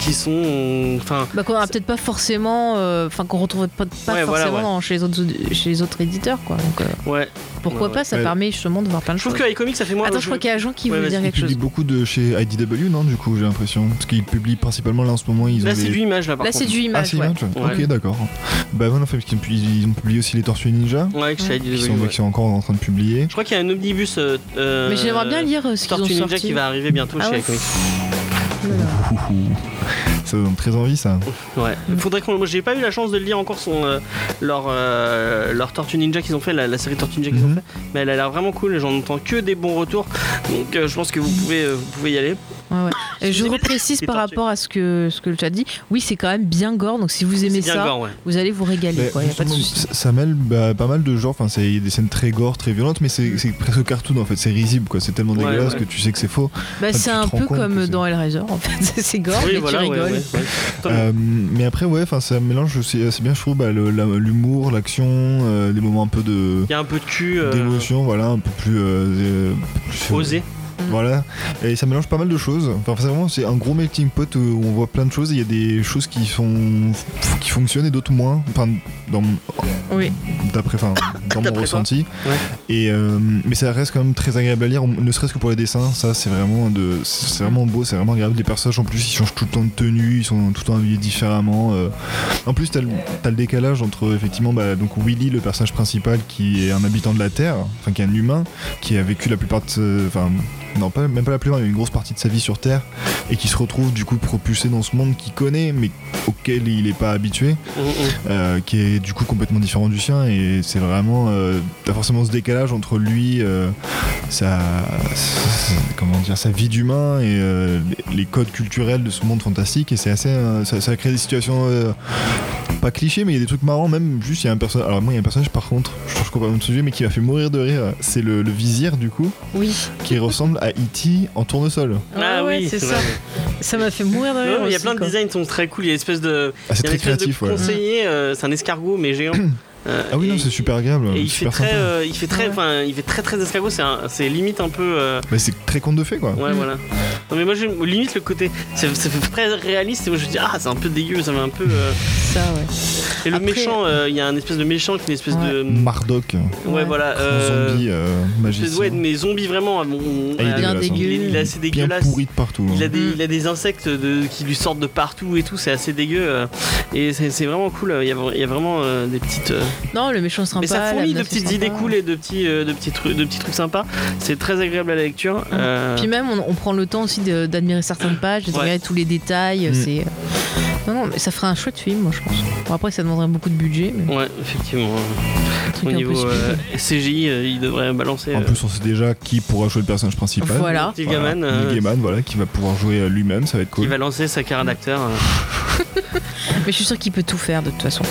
qui sont, enfin,
Bah, qu'on aura peut-être pas forcément. euh, Enfin, qu'on retrouve pas, pas
Ouais,
forcément
voilà, ouais.
dans- chez, les autres, chez les autres éditeurs, quoi. Donc, euh,
ouais.
pourquoi
Ouais,
pas, ça
ouais.
permet justement de voir plein de
Je trouve
choses.
que iComics ça fait moins.
Attends,
je-
je crois qu'il y a Jean qui
Ouais,
voulait
vas-y,
dire
Ils
quelque
publient
chose.
beaucoup de chez IDW, non Du coup, j'ai l'impression. Parce qu'ils publient principalement là en ce moment. Ils ont
Là
des-
c'est du image là par
Là,
contre.
c'est du
Ah,
image.
c'est
ouais.
Image
Ouais.
Ok, d'accord. Bah voilà, en fait, parce qu'ils ont publié- ils ont publié aussi Les Tortues Ninja,
Ouais, que je savais
qui
du-
sont,
ouais.
qui sont encore en train de publier.
Je crois qu'il y a un omnibus. euh, euh,
Mais j'aimerais bien lire euh, ce qu'ils ont
Tortue
sorti.
Ninja qui va arriver bientôt
Ah
chez
ouais.
iComics.
Ça donne très envie, ça.
Ouais.
Mm.
Faudrait qu'on. Moi, j'ai pas eu la chance de lire encore son euh, leur euh, leur Tortue Ninja qu'ils ont fait, la, la série Tortue Ninja qu'ils ont
Mhm.
fait. Mais elle a l'air vraiment cool. J'en entends que des bons retours. Donc, euh, je pense que vous pouvez euh, vous pouvez y aller.
Ouais, ouais. Et je
C'est-
reprécise
c'est
par
torturé.
rapport à ce que, ce que le chat dit. Oui, c'est quand même bien gore, donc si vous aimez
C'est bien
ça,
gore, ouais.
vous allez vous régaler.
Mais
Quoi, y a pas de
justement,
souci.
ça- ça mêle bah, pas mal de genres. Enfin, c'est il y a des scènes très gore, très violentes, mais c'est c'est presque cartoon en fait. C'est risible, quoi. C'est tellement
Ouais,
dégueulasse
ouais.
que tu sais que c'est faux.
Bah,
tu
c'est
te
un
rends
peu
compte que
comme
c'est-
dans Hellraiser, en fait. c'est gore, mais tu
ouais,
rigoles.
ouais, ouais. Tom.
Euh, mais après, ouais, enfin, ça mélange aussi assez bien, je trouve, bah, le- la- l'humour, l'action, euh, des moments un peu de
Il y a un peu de cul. euh,
d'émotion, voilà, un peu plus, euh, euh, plus-
Osé.
Voilà, et ça mélange pas mal de choses. Enfin, forcément, c'est un gros melting pot euh, où on voit plein de choses. Il y a des choses qui sont qui fonctionnent et d'autres moins. Enfin, dans
Oui.
d'après, enfin, dans
D'après
mon
toi.
ressenti.
Ouais.
Et euh, mais ça reste quand même très agréable à lire, ne serait-ce que pour les dessins. Ça, c'est vraiment de, c'est vraiment beau, c'est vraiment agréable. Les personnages en plus, ils changent tout le temps de tenue, ils sont tout le temps habillés différemment. euh. En plus, t'as le, t'as le décalage entre effectivement, bah, donc Willy, le personnage principal, qui est un habitant de la Terre, enfin qui est un humain, qui a vécu la plupart de, ce- enfin non, pas, même pas la plupart, mais une grosse partie de sa vie sur Terre, et qui se retrouve du coup propulsé dans ce monde qu'il connaît, mais auquel il n'est pas habitué,
Mm, mm.
euh, qui est du coup complètement différent du sien, et c'est vraiment. euh, T'as forcément ce décalage entre lui, euh, sa, sa- comment dire, sa vie d'humain et euh, les- les codes culturels de ce monde fantastique, et c'est assez. euh, ça, ça crée des situations. euh, pas clichés mais il y a des trucs marrants, même juste il y a un personnage. Alors, moi, il y a un personnage par contre, je trouve qu'on parle de sujet, mais qui m'a fait mourir de rire. C'est le, le vizir du coup
Oui.
qui ressemble à E.T. en tournesol.
Ah
Ouais,
oui,
c'est ça.
vrai.
Ça m'a fait mourir de
Non,
rire.
mais il y a
aussi,
plein de
quoi.
designs qui sont très cool. Il y a l'espèce de,
Ah, c'est
il y a une
très
espèce de
créatif, ouais.
conseiller. euh, c'est un escargot mais géant. Euh,
Ah oui, non,
et-
c'est super agréable.
Et il fait
super
très,
sympa.
euh, il fait très,
Ah Ouais.
enfin, il fait très très escargot. C'est un- C'est limite un peu. euh,
Mais c'est très conte de fées, quoi.
Ouais,
Mm.
voilà. Non, mais moi, j'aime limite le côté. Ça, ça fait très réaliste. Et moi, je me dis, ah, c'est un peu dégueu. Ça m'a un peu. euh,
Ça, ouais.
Et le
Après-
méchant, euh, il y a un espèce de méchant qui est une espèce
Ouais.
de.
Mardoc,
Ouais,
Ouais.
voilà.
grand
euh,
zombie euh,
espèce de-
magicien.
ouais, mais zombie vraiment. ah, bon,
Ah, il est
euh,
Bien
dégueulasse, hein.
il,
dégueu.
est, il est assez
bien
dégueulasse.
pourri de partout.
Il
hein.
a, des,
Mm.
il a des insectes de- qui lui sortent de partout et tout, c'est assez dégueu. euh, Et c'est c'est vraiment cool, il y a, il y a vraiment euh, des petites. euh,
Non, le méchant sympa.
mais ça fournit de
la meuf est
petites
sympa.
idées cool et de petits, euh, de, petits trucs, de petits trucs sympas. C'est très agréable à la lecture. euh,
Mm. Puis même, on, on prend le temps aussi de- d'admirer certaines pages, de
Ouais.
regarder tous les détails.
Mm.
C'est euh, non, non, mais ça ferait un chouette film, moi je pense. Bon après, ça demanderait beaucoup de budget, mais
Ouais, effectivement. hein.
un truc
Au
un peu
niveau
speed.
euh, CGI, euh, il devrait balancer.
En
euh,
plus, on sait déjà qui pourra jouer le personnage principal.
Voilà.
Neil Gaiman,
Neil
euh,
Gaiman, voilà, qui va pouvoir jouer euh, lui-même, ça va être
qui
cool.
va lancer sa carrière d'acteur. euh.
Mais je suis sûr qu'il peut tout faire de toute façon.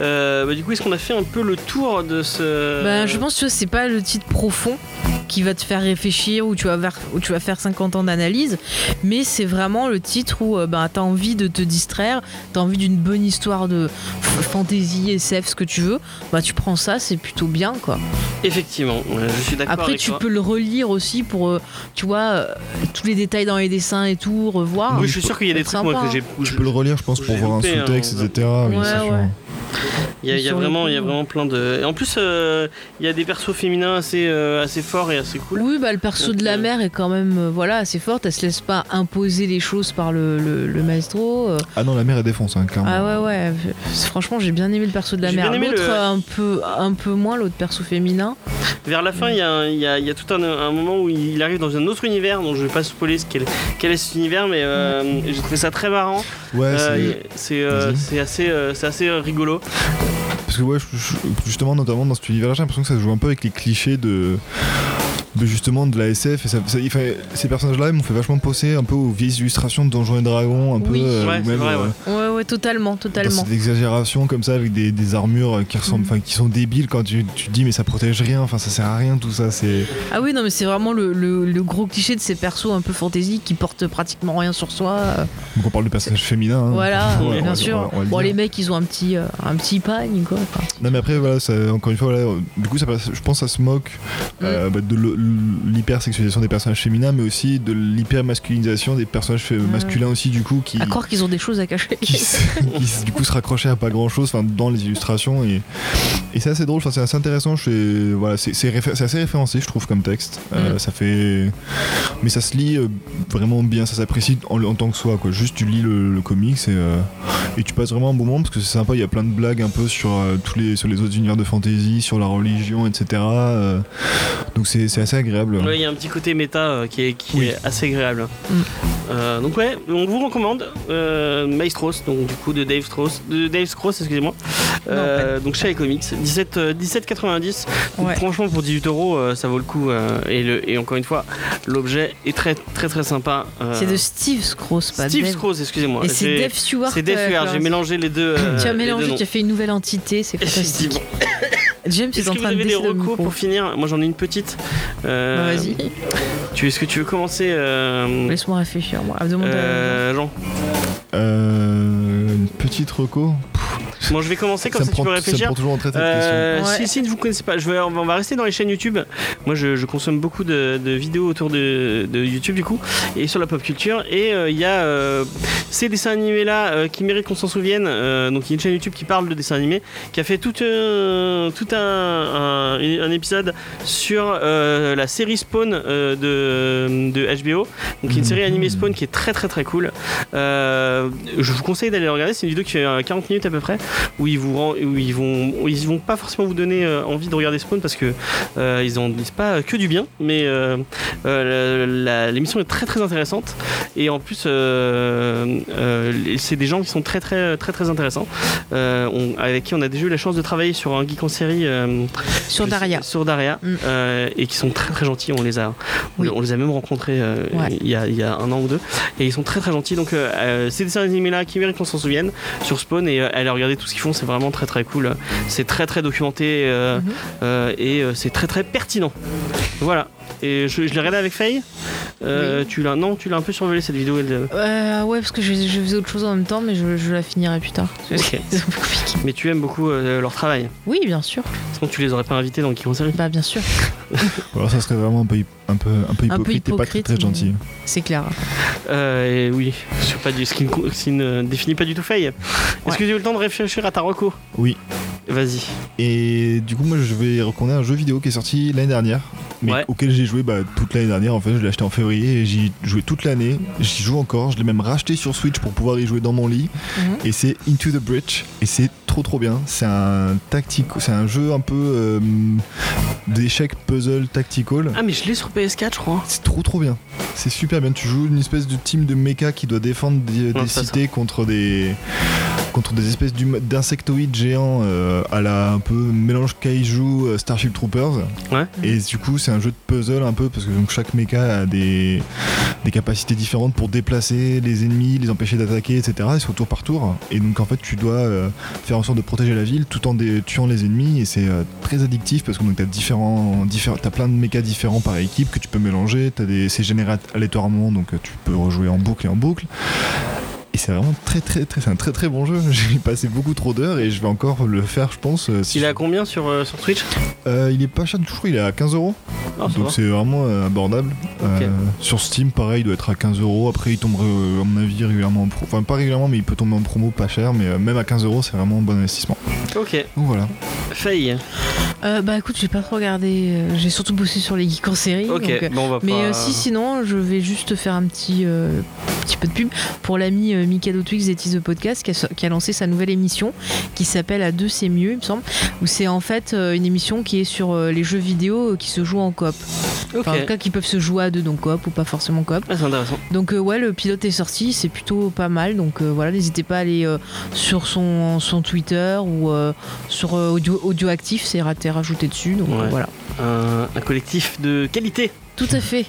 Euh, bah, du coup, est-ce qu'on a fait un peu le tour de ce.
Bah, je pense que c'est pas le titre profond qui va te faire réfléchir ou tu vas, ver- ou tu vas faire 50 ans d'analyse, mais c'est vraiment le titre où euh, bah, t'as envie de te distraire, t'as envie d'une bonne histoire de f- fantasy, SF, ce que tu veux. Bah, tu prends ça, c'est plutôt bien quoi.
Effectivement, ouais, je suis d'accord
Après,
avec
tu
toi.
peux le relire aussi pour, euh, tu vois, euh, tous les détails dans les dessins et tout, revoir.
Oui, je suis sûr qu'il y a des
C'est
trucs moi
sympa, hein.
que j'ai.
Tu peux le relire, je pense,
J'ai
pour voir un
loupé, hein,
sous-texte,
on-
etc. oui,
Ouais,
c'est sûr.
ouais.
Il y a, il y a
Sur le
vraiment, il y a
coup,
vraiment plein de. Et en plus, euh, il y a des persos féminins assez, euh, assez forts et assez cool.
Oui, bah, le perso
Donc,
de la
euh,
mère est quand même euh, voilà, assez forte. Elle se laisse pas imposer les choses par le, le, le maestro. euh.
Ah non, la mère est défonce, hein, clairement.
Ah ouais, ouais. C'est- Franchement, j'ai bien aimé le perso de la
J'ai
mère.
bien aimé
L'autre,
le-
euh, un, peu, un peu moins, l'autre perso féminin.
Vers la fin, il y, a un- il y a, il y a tout un, un moment où il arrive dans un autre univers, donc je vais pas spoiler ce quel, quel est cet univers, mais euh, j'ai trouvé ça très marrant.
Ouais,
Euh,
c'est-
C'est euh,
Vas-y.
c'est assez, euh, c'est assez euh, rigolo.
parce que ouais, je- je- justement, notamment dans cet univers-là, j'ai l'impression que ça se joue un peu avec les clichés de, de justement de la SF. Et ça, ça- il fait- ces personnages-là, ils m'ont fait vachement penser un peu aux vieilles illustrations de Donjons et Dragons, un peu,
Oui.
euh,
Ouais,
ou
c'est
même
vrai,
euh,
ouais.
Ouais, ouais, totalement,
dans
totalement.
cette exagération comme ça, avec des, des armures euh, qui ressemblent,
Mhm.
enfin, qui sont débiles quand tu, tu te dis mais ça protège rien, enfin ça sert à rien tout ça. C'est
Ah oui, non, mais c'est vraiment le, le- le gros cliché de ces persos un peu fantasy qui portent pratiquement rien sur soi. euh.
donc on parle du personnage féminin. hein.
Voilà,
Ouais, on va-
bien
on va-
sûr.
on va le
bon,
dire.
les mecs, ils ont un petit, euh, un petit pagne, quoi. Enfin,
Non mais après voilà, ça- encore une fois voilà, euh, du coup ça, passe- je pense ça se moque euh, bah, de le- l'hypersexualisation des personnages féminins mais aussi de l'hypermasculinisation des personnages fé-
Ouais.
masculins aussi du coup qui,
À croire qu'ils ont des choses à cacher.
qui, se- qui se- du coup se raccrochaient à pas grand chose dans les illustrations et, et c'est assez drôle, enfin, c'est assez intéressant, je- voilà, c'est c'est réfé- c'est assez référencé je trouve comme texte, Euh,
Mm.
ça fait mais ça se lit euh, vraiment bien, ça s'apprécie en, en tant que soi quoi, juste tu lis le, le comics et, euh, et tu passes vraiment un bon moment parce que c'est sympa, il y a plein de blagues un peu sur, euh, tous les, sur les autres univers de fantasy, sur la religion etc. euh, donc c'est c'est assez agréable.
Ouais, Il y a un petit côté méta euh, qui, est, qui
Oui.
est assez agréable.
Mm.
Euh, donc ouais, on vous recommande euh, Maestros, donc du coup de Dave Strauss, de Dave Strauss, excusez-moi. Euh, donc chez iComics, 17 euh, 17,90. Donc,
Ouais.
Franchement pour 18 euros, euh, ça vaut le coup. euh, et, le, et encore une fois, l'objet est très très très sympa. euh,
C'est de Steve Scrooge, pas
Steve
Dave.
Strauss, excusez-moi.
Et c'est
J'ai-
Dave Stewart.
C'est Dave
euh,
Stewart,
Clarence.
j'ai mélangé les deux. euh,
Tu
les
as
deux
mélangé,
noms.
tu as fait une nouvelle entité, c'est fantastique.
Effectivement.
James est,
Est-ce
en
que vous
train de
avez des
décider au
recours
micro.
pour finir Moi j'en ai une petite.
Bah,
Euh,
Vas-y,
tu Est-ce que tu veux commencer euh,
laisse-moi réfléchir. Moi, Ah, à demander à-
euh, Jean
Euh, une petite reco,
Bon, je vais commencer comme ça,
me prend,
tu peux
ça me
réfléchir.
prend toujours en tête cette
Euh,
question.
si,
Ouais.
si vous connaissez pas, je vais, on va- on va rester dans les chaînes YouTube. Moi, je, je consomme beaucoup de, de vidéos autour de, de YouTube du coup et sur la pop culture. Et euh, il y a euh, ces dessins animés là qui méritent qu'on s'en souvienne. Euh, donc, il y a une chaîne YouTube qui parle de dessins animés, qui a fait tout, un- tout un, un, un épisode sur euh, la série Spawn euh, de, de HBO. Donc, une série animée Spawn qui est très très très cool. Euh, je vous conseille d'aller le regarder. C'est une vidéo qui fait euh, 40 minutes à peu près où ils vous rend- où ils vont où ils vont pas forcément vous donner euh, envie de regarder Spawn parce que euh, ils en disent pas que du bien mais euh, euh, la- la- l'émission est très très intéressante et en plus euh, euh, les- c'est des gens qui sont très très très très intéressants euh, on- avec qui on a déjà eu la chance de travailler sur un geek en série euh,
sur
je-
Daria.
sur Daria
Mm.
euh, et qui sont très très gentils on les a on,
Oui.
on les a même rencontrés euh,
Ouais.
il, y a, il y a un an ou deux et ils sont très très gentils donc euh, euh, ces dessins animés là qui méritent qu'on s'en souvienne sur Spawn et euh, allez regarder tout ce qu'ils font c'est vraiment très très cool c'est très très documenté euh,
Mhm.
euh, et euh, c'est très très pertinent voilà Et je, je l'ai regardé avec Faye. Euh, Tu l'as, non, tu l'as un peu survolé cette vidéo. elle-
Euh, ouais, parce que je, je faisais autre chose en même temps, mais je, je la finirai plus tard.
Ok.
C'est un peu compliqué.
Mais tu aimes beaucoup euh, leur travail.
Oui, bien sûr.
Sinon, tu les aurais pas invités dans qui série.
Bah, bien sûr.
Alors ça serait vraiment un peu, hy- un peu, un peu hypocrite,
Un peu
et pas très,
hypocrite,
très
mais-
gentil.
C'est clair.
Euh, et oui, c'est pas du, ce qui ne co- ce qui ne définit pas du tout Faye. Est-ce
Ouais.
que tu as eu le temps de réfléchir à ta reco
Oui.
Vas-y.
Et du coup, moi, je vais recommander un jeu vidéo qui est sorti l'année dernière, mais
Ouais.
auquel j'ai joué bah, toute l'année dernière. En fait, je l'ai acheté en février et j'y jouais toute l'année. J'y joue encore. Je l'ai même racheté sur Switch pour pouvoir y jouer dans mon lit.
Mhm.
Et c'est Into the Bridge. Et c'est trop trop bien. C'est un tactico, c'est un jeu un peu euh, d'échecs puzzle tactical.
Ah, mais je l'ai sur PS4, je crois.
C'est trop trop bien. C'est super bien. Tu joues une espèce de team de mecha qui doit défendre des,
Non,
des
c'est pas
cités contre des contre des espèces d'hum- d'insectoïdes géants euh, à la un peu mélange kaiju euh, Starship Troopers.
Ouais.
Et du coup, c'est un jeu de puzzle un peu parce que donc chaque mecha a des des capacités différentes pour déplacer les ennemis, les empêcher d'attaquer, etc. Ils sont tour par tour. Et donc en fait, tu dois euh, faire en sorte de protéger la ville tout en dé- tuant les ennemis et c'est euh, très addictif parce que donc t'as différents, diffé- t'as plein de mécas différents par équipe que tu peux mélanger t'as des c'est généré aléatoirement donc euh, tu peux rejouer en boucle et en boucle et c'est vraiment très très très c'est un très très bon jeu j'ai passé beaucoup trop d'heures et je vais encore le faire je pense euh, si
Il est à combien sur, euh, sur Twitch
Euh, il est pas cher du tout je crois, il est à 15 euros
Ah, ça va.
donc c'est vraiment euh, abordable. Euh, sur Steam, pareil, il doit être à 15 euros. Après, il tombe euh, à mon avis régulièrement en promo. Enfin, pas régulièrement, mais il peut tomber en promo pas cher. Mais euh, même à 15 euros, c'est vraiment un bon investissement.
Ok.
Donc voilà.
Faye.
Euh, bah, écoute, j'ai pas trop regardé. euh, J'ai surtout bossé sur les geeks en série.
Ok.
donc, euh,
bon, on va
Mais
pas-
euh, si, sinon, je vais juste faire un petit, euh, petit peu de pub pour l'ami euh, Mikado Twix des Tease the Podcast qui a, so- qui a lancé sa nouvelle émission qui s'appelle À deux c'est mieux, il me semble, où c'est en fait euh, une émission qui est sur euh, les jeux vidéo euh, qui se jouent en coop.
Ok.
Enfin, en tout cas, qui peuvent se jouer à deux, donc coop ou pas forcément coop.
Ah, c'est intéressant.
Donc, euh, ouais, le pilote est sorti, c'est plutôt pas mal. Donc, euh, voilà, n'hésitez pas à aller euh, sur son, son Twitter ou euh, sur euh, audio, Audio Actif, c'est raté rajouté dessus. Donc,
Ouais.
euh, voilà.
Un, un collectif de qualité.
Tout à fait.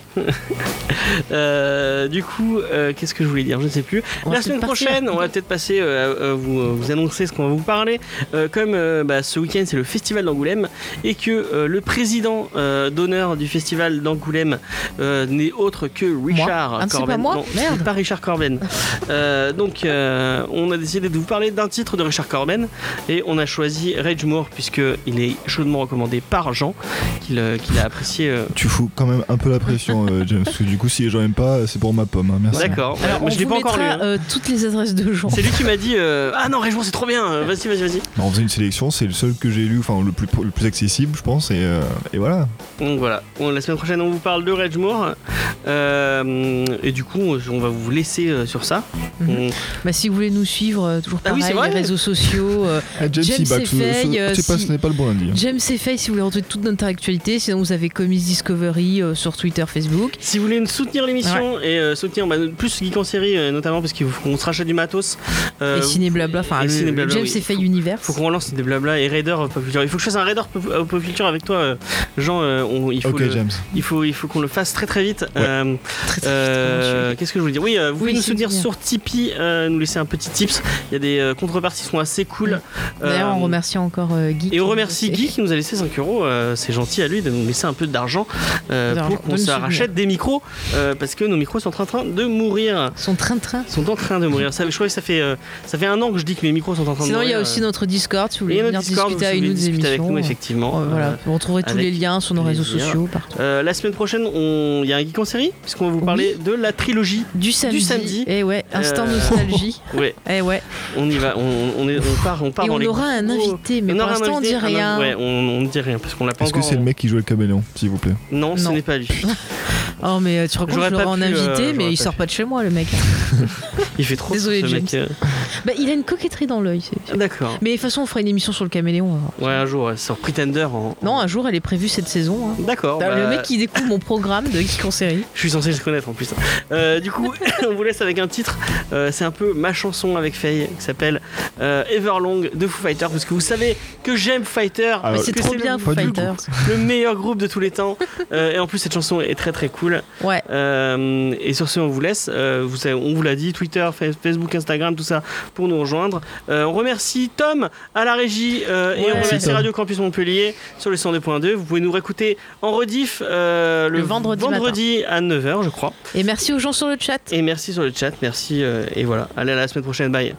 Euh, du coup, euh, qu'est-ce que je voulais dire Je ne sais plus.
On va
La semaine
peut-être partir.
prochaine, on va peut-être passer euh, à- à vous, euh, vous annoncer ce qu'on va vous parler. Euh, comme euh, bah, ce week-end, c'est le festival d'Angoulême et que euh, le président euh, d'honneur du festival d'Angoulême euh, n'est autre que Richard
Ah, c'est pas
Corben.
moi
Non,
Merde.
c'est pas Richard Corben. Euh, donc, euh, on a décidé de vous parler d'un titre de Richard Corben et on a choisi Rage Moore puisque il est chaudement recommandé par Jean, qu'il euh, qu'il a apprécié. euh,
Tu fous quand même un peu la pression, euh, James, parce que du coup, si les gens aiment pas, c'est pour ma pomme. hein, merci.
D'accord.
Bah, Alors,
Moi,
on
je l'ai
vous
pas encore lu.
mettra,
hein.
euh, toutes les adresses de gens.
C'est lui qui m'a dit euh, Ah non, Région, c'est trop bien, euh, vas-y, vas-y, vas-y.
Alors, on faisait une sélection, c'est le seul que j'ai lu, enfin le plus, le plus accessible, je pense, et, euh, et voilà.
Donc voilà, On- la semaine prochaine, on vous parle de Rage Moore. Euh, et du coup, on va vous laisser euh, sur ça.
Mhm.
On-
Bah, si vous voulez nous suivre, euh, toujours
Ah oui,
pareil,
c'est vrai.
les réseaux sociaux. euh,
Ah,
James
il back, ce-
Effay,
ce-
euh,
je sais pas,
si-
ce n'est pas le bon lundi. hein.
James et Faye, si vous voulez retrouver toute notre actualité. Sinon, vous avez Comics Discovery euh, sur Twitter, Facebook.
Si vous voulez nous soutenir l'émission et euh, soutenir bah, plus Geek en série, euh, notamment parce qu'il faut qu'on se rachète du matos. Euh,
et Ciné Blabla, enfin,
et
le,
Ciné
le
Blabla,
James
oui.
et Faye Universe.
faut qu'on relance des blabla et Raider Pop Culture. Il faut que je fasse un Raider Pop, euh, Pop Culture avec toi, euh, Jean. euh, on- il faut,
Ok,
le-
James.
il faut, il faut qu'on le fasse très très vite.
Ouais.
Euh,
Très, très
Euh,
vite,
Qu'est-ce que je voulais dire Oui, euh, vous pouvez
Oui,
nous
c'est
soutenir
bien.
sur Tipeee, euh, nous laisser un petit tips. Il y a des euh, contreparties qui sont assez cool.
monsieur. D'ailleurs,
Euh,
on remercie encore euh, Guy.
Et on
qui-
remercie Guy qui nous a laissé 5 euros. euh, C'est gentil à lui de nous laisser un peu d'argent euh,
D'argent,
pour
de
qu'on
nous
se
soutenir.
rachète des micros euh, parce que nos micros sont en train de mourir.
Son train-train.
Ils sont en train de mourir. Ça, je crois que ça fait, euh, ça fait un an que je dis que mes micros sont en train de
Sinon,
mourir.
il y a
euh,
aussi notre Discord. Si vous
et
voulez
notre
venir
Discord,
discuter
vous
à une
pouvez
ou des
discuter
émissions.
avec nous,
euh,
effectivement.
euh, voilà,
Euh,
vous retrouverez tous
avec
les liens sur nos réseaux
plaisir.
sociaux partout.
euh, la semaine prochaine, on- il y a un geek en série, puisqu'on va vous parler de la trilogie.
Du samedi.
samedi.
Et ouais, instant
Euh,
nostalgie.
Ouais,
Et ouais.
on y va, on, on est, on part, on part
Et
dans
on
les
aura un
gros-
invité, mais
on
pour
aura un
l'instant, on
invité,
dit
un
rien.
inv- Ouais, on, on ne dit rien parce qu'on l'a pas
Est-ce que
encore.
c'est le mec qui joue le caméléon, s'il vous plaît
Non, ce
Non.
n'est pas lui.
Oh mais euh, tu te rends compte,
J'aurais
je l'aurais
pas
en
pu, euh,
invité,
j'aurais
mais il
pas
sort
pu.
pas de chez moi le mec.
Il fait trop
Désolé,
ce
James.
mec. euh.
bah, il a une coquetterie dans l'œil. c'est- c'est-
D'accord.
Mais de toute façon, on fera une émission sur le caméléon. on va voir.
Ouais, un jour, ouais, sur Pretender en.
Non, un jour, elle est prévue cette saison. hein.
D'accord.
T'as Le
bah,
mec qui découvre mon programme de geek en série.
Je suis censé le connaître en plus. Euh, du coup, on vous laisse avec un titre. Euh, c'est un peu ma chanson avec Faye qui s'appelle euh, Everlong de Foo Fighters parce que vous savez que j'aime Foo Fighters.
Ah,
Mais
que
c'est trop bien,
le-
Foo
pas du
Fighters.
le meilleur groupe de tous les temps. Euh, et en plus, cette chanson est très très cool. cool.
Ouais.
Euh, et sur ce, on vous laisse. Euh, vous savez, on vous l'a dit, Twitter, fa- Facebook, Instagram, tout ça, pour nous rejoindre. Euh, on remercie Tom à la régie euh, et
Ouais.
on
Merci,
remercie
Tom.
Radio Campus Montpellier sur le 102.2. Vous pouvez nous réécouter en rediff euh, le,
Le vendredi
à 9h, je crois.
Et merci aux gens sur le chat.
Et merci sur le chat, merci. euh, et voilà, allez à la semaine prochaine, bye.